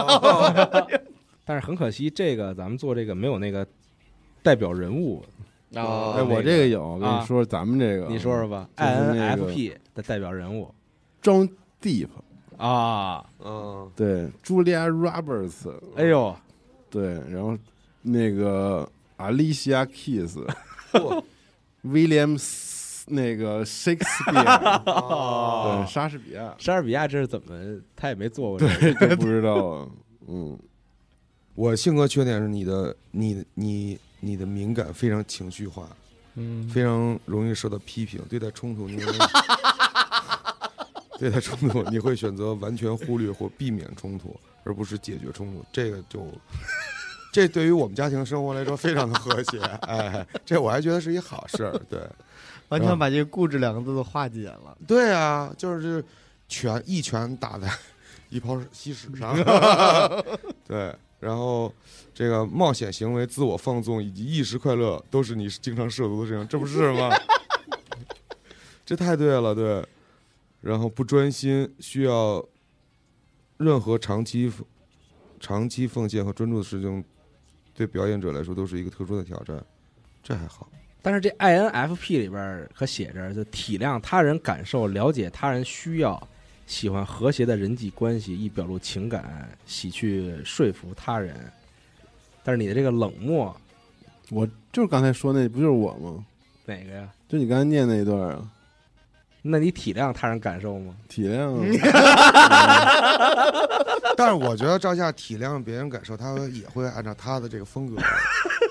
Speaker 3: 但是很可惜，这个咱们做这个没有那个代表人物，
Speaker 8: 哦
Speaker 5: 哎，我这个有，我跟
Speaker 3: 啊
Speaker 5: 你说，咱们这个，
Speaker 3: 你说说吧
Speaker 5: 就是那个
Speaker 3: ，INFP 的代表人物
Speaker 5: ，John Deep，
Speaker 3: 啊。
Speaker 4: 嗯，
Speaker 5: 对，Julia Roberts，
Speaker 3: 哎呦，
Speaker 5: 对，然后那个 Alicia Keys，William 那个 Shakespeare，对，莎士比亚，
Speaker 3: 莎士比亚这是怎么？他也没做过这个。
Speaker 5: 这都不知道啊，嗯，
Speaker 4: 我性格缺点是你的，你你你的敏感非常情绪化，
Speaker 8: 嗯，
Speaker 4: 非常容易受到批评，对待冲突你会对待冲突你会选择完全忽略或避免冲突，而不是解决冲突。这个就，这对于我们家庭生活来说非常的和谐。哎，这我还觉得是一好事儿。对，
Speaker 8: 完全把这个“固执”两个字都化解了。
Speaker 4: 对啊，就是拳一拳打在一泡稀屎上。对，然后这个冒险行为、自我放纵以及一时快乐，都是你经常涉足的事情，这不是吗？ 这太对了，对。然后不专心，需要任何长期奉长期奉献和专注的事情，对表演者来说都是一个特殊的挑战。这还好，
Speaker 3: 但是这 INFP 里边儿可写着，就体谅他人感受，了解他人需要，喜欢和谐的人际关系，易表露情感，喜去说服他人。但是你的这个冷漠，
Speaker 5: 我就是刚才说那不就是我吗？
Speaker 3: 哪个呀？
Speaker 5: 就你刚才念那一段啊，
Speaker 3: 那你体谅他人感受吗？
Speaker 5: 体谅啊。
Speaker 4: 但是我觉得赵夏体谅别人感受，他也会按照他的这 个风格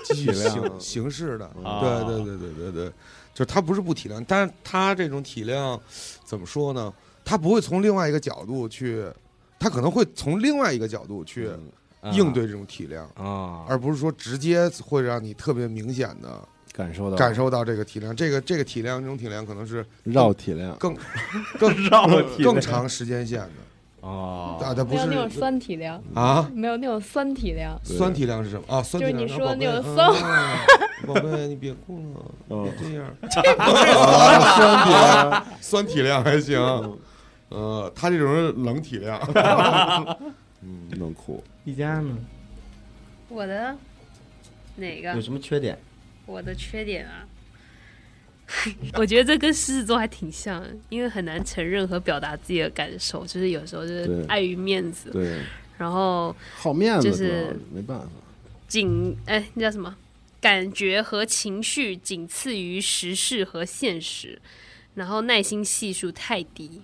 Speaker 4: 继续行行事的。
Speaker 3: 啊
Speaker 4: 对对对对对对，就是他不是不体谅，但是他这种体谅怎么说呢？他不会从另外一个角度去，他可能会从另外一个角度去
Speaker 5: 嗯啊
Speaker 4: 应对这种体谅，
Speaker 3: 啊，
Speaker 4: 而不是说直接会让你特别明显的
Speaker 5: 感受到
Speaker 4: 感受到这个体谅。这个这个体谅，这种体谅可能是
Speaker 5: 绕体谅，
Speaker 4: 更 更
Speaker 3: 让我体
Speaker 4: 更长时间线的啊，
Speaker 3: 哦，
Speaker 4: 它
Speaker 9: 没
Speaker 4: 不
Speaker 9: 有
Speaker 4: 是
Speaker 9: 那种酸体谅，
Speaker 4: 啊。
Speaker 9: 没有那种酸体谅，
Speaker 5: 对
Speaker 4: 酸体量是什么啊？酸体量
Speaker 9: 就是你说那种
Speaker 4: 啊宝贝啊宝贝，你别哭了，
Speaker 5: 嗯
Speaker 4: 别这样。
Speaker 5: 啊酸体谅，
Speaker 4: 酸体量还行，呃，他这种是冷体量。
Speaker 5: 嗯， 冷酷，
Speaker 8: 一家呢
Speaker 7: 我的哪个
Speaker 8: 有？什么缺点？
Speaker 7: 我的缺点啊， 我觉得这跟狮子座还挺像的，因为很难承认和表达自己的感受，就是有时候就是
Speaker 5: 对
Speaker 7: 碍于面子，
Speaker 5: 对，
Speaker 7: 然后
Speaker 5: 好面子，
Speaker 7: 就
Speaker 5: 主
Speaker 7: 是
Speaker 5: 要没办法，
Speaker 7: 仅哎那叫什么？感觉和情绪仅次于时事和现实，然后耐心系数太低，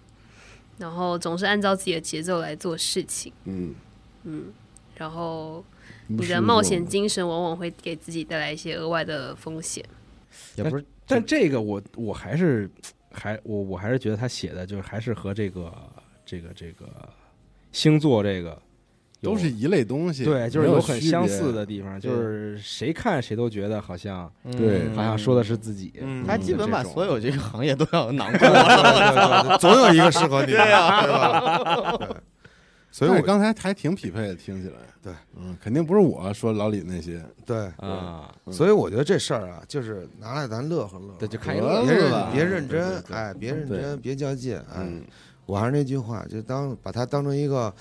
Speaker 7: 然后总是按照自己的节奏来做事情，
Speaker 5: 嗯，
Speaker 7: 然后
Speaker 5: 你
Speaker 7: 你的冒险精神往往会给自己带来一些额外的风险。
Speaker 8: 也不是，
Speaker 3: 但这个我我还是还我我还是觉得他写的就是还是和这个这个这个星座这个有
Speaker 5: 都是一类东西，
Speaker 3: 对，就是
Speaker 5: 没有
Speaker 3: 很
Speaker 5: 区别
Speaker 3: 相似的地方，
Speaker 8: 对
Speaker 3: 就是谁看谁都觉得好像
Speaker 5: 对
Speaker 3: 好像说的是自己，
Speaker 8: 嗯他基本把所
Speaker 3: 有
Speaker 8: 有这个行业都要囊 括了。我操
Speaker 4: 总有一个适合你的，
Speaker 8: 对呀
Speaker 4: 对吧？对所以
Speaker 5: 但
Speaker 4: 我
Speaker 5: 是刚才还挺匹配的，听起来。
Speaker 4: 对，
Speaker 5: 嗯，肯定不是我说老李那 些，
Speaker 4: 对，
Speaker 3: 啊，
Speaker 4: 所以我觉得这事儿啊，就是拿来咱乐呵乐呵，
Speaker 3: 对，就看一
Speaker 5: 嗯得
Speaker 3: 乐
Speaker 5: 了
Speaker 4: 别
Speaker 5: 吧
Speaker 4: 认别认真
Speaker 5: 对，对
Speaker 4: 哎，别认
Speaker 5: 对
Speaker 4: 真，别较劲，哎
Speaker 5: 嗯，
Speaker 4: 我还是那句话，就当把它当成一个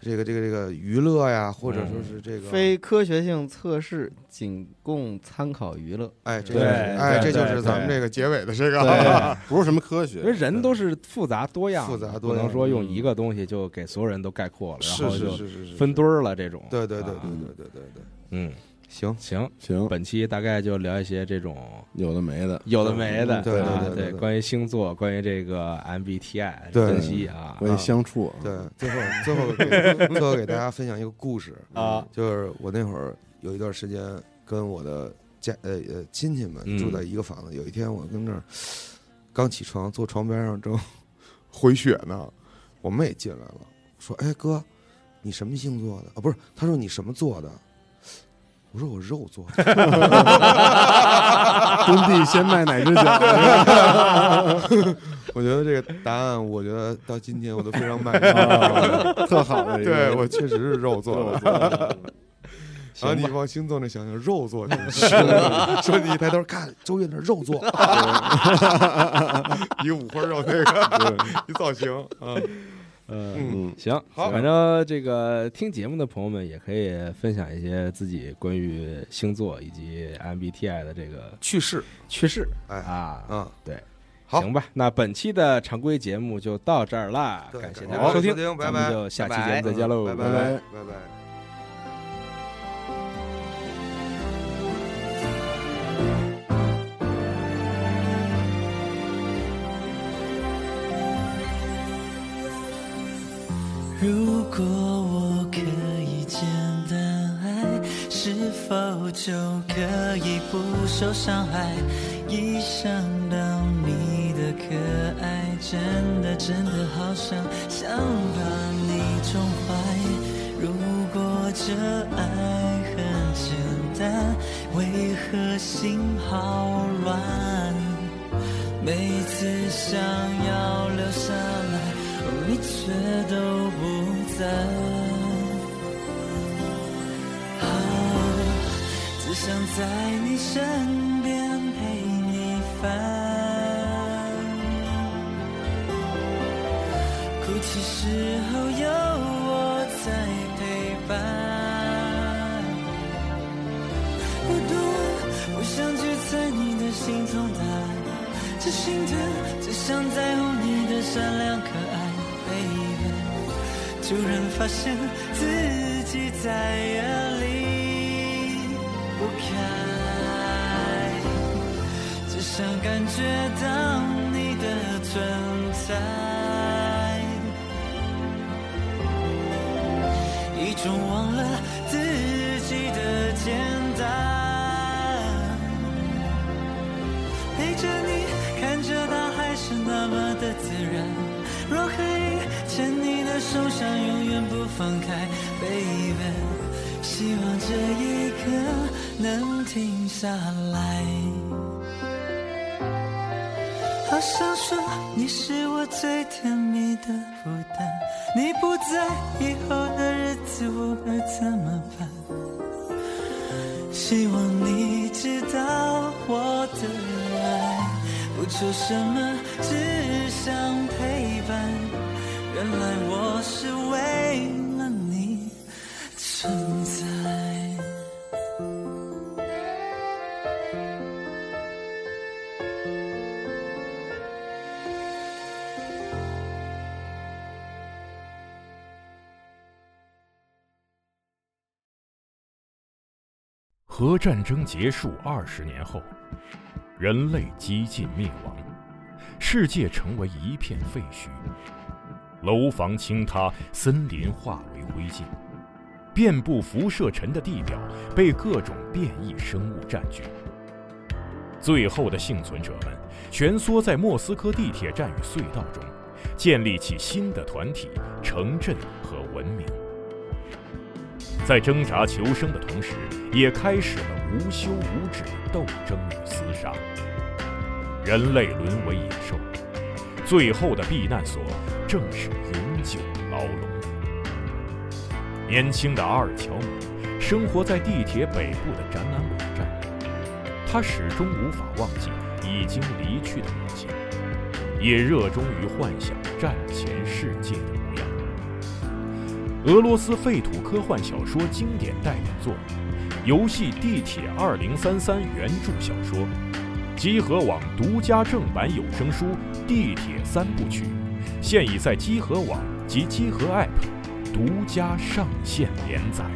Speaker 4: 这个这个这个娱乐呀，或者说是这个
Speaker 8: 非科学性测试仅供参考娱乐。
Speaker 4: 哎，这
Speaker 3: 对
Speaker 4: 就是哎，
Speaker 3: 对
Speaker 4: 这就是
Speaker 3: 对
Speaker 4: 咱们这个结尾的这 个
Speaker 5: 对，不是什么科学
Speaker 3: 因为，人都是复杂多样的，
Speaker 4: 复杂多
Speaker 3: 不能
Speaker 4: 样
Speaker 3: 说用
Speaker 8: 嗯
Speaker 3: 一个东西就给所有人都概括了，
Speaker 4: 是
Speaker 3: 然后
Speaker 4: 是
Speaker 3: 就是
Speaker 4: 是是
Speaker 3: 分堆，儿了这种。
Speaker 4: 对对对对
Speaker 3: 啊
Speaker 4: 对对对对，
Speaker 3: 嗯，
Speaker 4: 行，
Speaker 3: 行，
Speaker 5: 行，
Speaker 3: 本期大概就聊一些这种
Speaker 5: 有的没
Speaker 7: 啊
Speaker 5: 的，
Speaker 3: 有的没的，
Speaker 4: 嗯对
Speaker 3: 啊
Speaker 4: 对对对对
Speaker 3: 关于星座，关于这个 MBTI
Speaker 4: 对
Speaker 3: 分析啊，
Speaker 5: 关于相处，
Speaker 4: 对，最后最后给 最后给大家分享一个故事，
Speaker 3: 啊，
Speaker 4: 就是我那会儿有一段时间跟我的家呃呃亲戚们
Speaker 3: 嗯
Speaker 4: 住在一个房子，有一天我跟那儿刚起床，坐床边上正 回血呢，我妹进来了，说：“哎哥，你什么星座的？啊，不是，她说你什么座的？”我说我肉做的，
Speaker 5: 蹲地先迈哪只脚，
Speaker 4: 我觉得这个答案，我觉得到今天我都非常满意。
Speaker 5: 啊特好的一个，
Speaker 4: 对我确实是肉做的，
Speaker 5: 我，
Speaker 4: 然后你往星座那想想，肉做挺凶的。说你一抬头看周越那肉做，一个五花肉那个，一造型啊，
Speaker 3: 嗯
Speaker 4: 嗯，
Speaker 3: 行，
Speaker 4: 好
Speaker 3: 反正这个听节目的朋友们也可以分享一些自己关于星座以及 MBTI 的这个
Speaker 4: 去世，
Speaker 3: 趋势
Speaker 4: 哎
Speaker 3: 啊，
Speaker 4: 嗯，
Speaker 3: 对，
Speaker 4: 好
Speaker 3: 行吧，那本期的常规节目就到这儿啦，
Speaker 4: 对
Speaker 3: 感谢大
Speaker 4: 感
Speaker 3: 家收
Speaker 4: 谢收听拜
Speaker 3: 咱
Speaker 4: 拜
Speaker 3: 们就下期节目再见喽，
Speaker 4: 拜
Speaker 5: 拜
Speaker 4: 拜拜拜。
Speaker 2: 如果我可以简单爱，是否就可以不受伤害？一想到你的可爱，真的真的好想想把你宠坏。如果这爱很简单，为何心好乱？每次想要留下来，你却都不在。啊，只想在你身边陪你烦。哭泣时候有我在陪伴。我多我想去猜你的心从哪，这心疼，只想在乎你的善良可爱，baby。突然发现自己在夜里不开，只想感觉到你的存在。一种忘了自己的简单。陪着你，看着他还是那么的自然。若可以牵你的手，想永远不放开，baby。希望这一刻能停下来。好想说你是我最甜蜜的负担，你不在以后的日子我该怎么办？希望你知道我的爱，不求什么，只想陪伴。原来我是为了你存在。
Speaker 11: 核战争结束二十年后，人类几近灭亡，世界成为一片废墟，楼房倾塌，森林化为灰烬，遍布辐射尘的地表被各种变异生物占据。最后的幸存者们蜷缩在莫斯科地铁站与隧道中，建立起新的团体、城镇和文明。在挣扎求生的同时，也开始了无休无止的斗争与厮杀。人类沦为野兽，最后的避难所正是永久的牢笼。年轻的阿尔乔姆生活在地铁北部的展览馆站，他始终无法忘记已经离去的母亲，也热衷于幻想战前世界的模样。俄罗斯废土科幻小说经典代表作，游戏《地铁二零三三》原著小说，集合网独家正版有声书《地铁三部曲》，现已在集合网及集合 App 独家上线连载。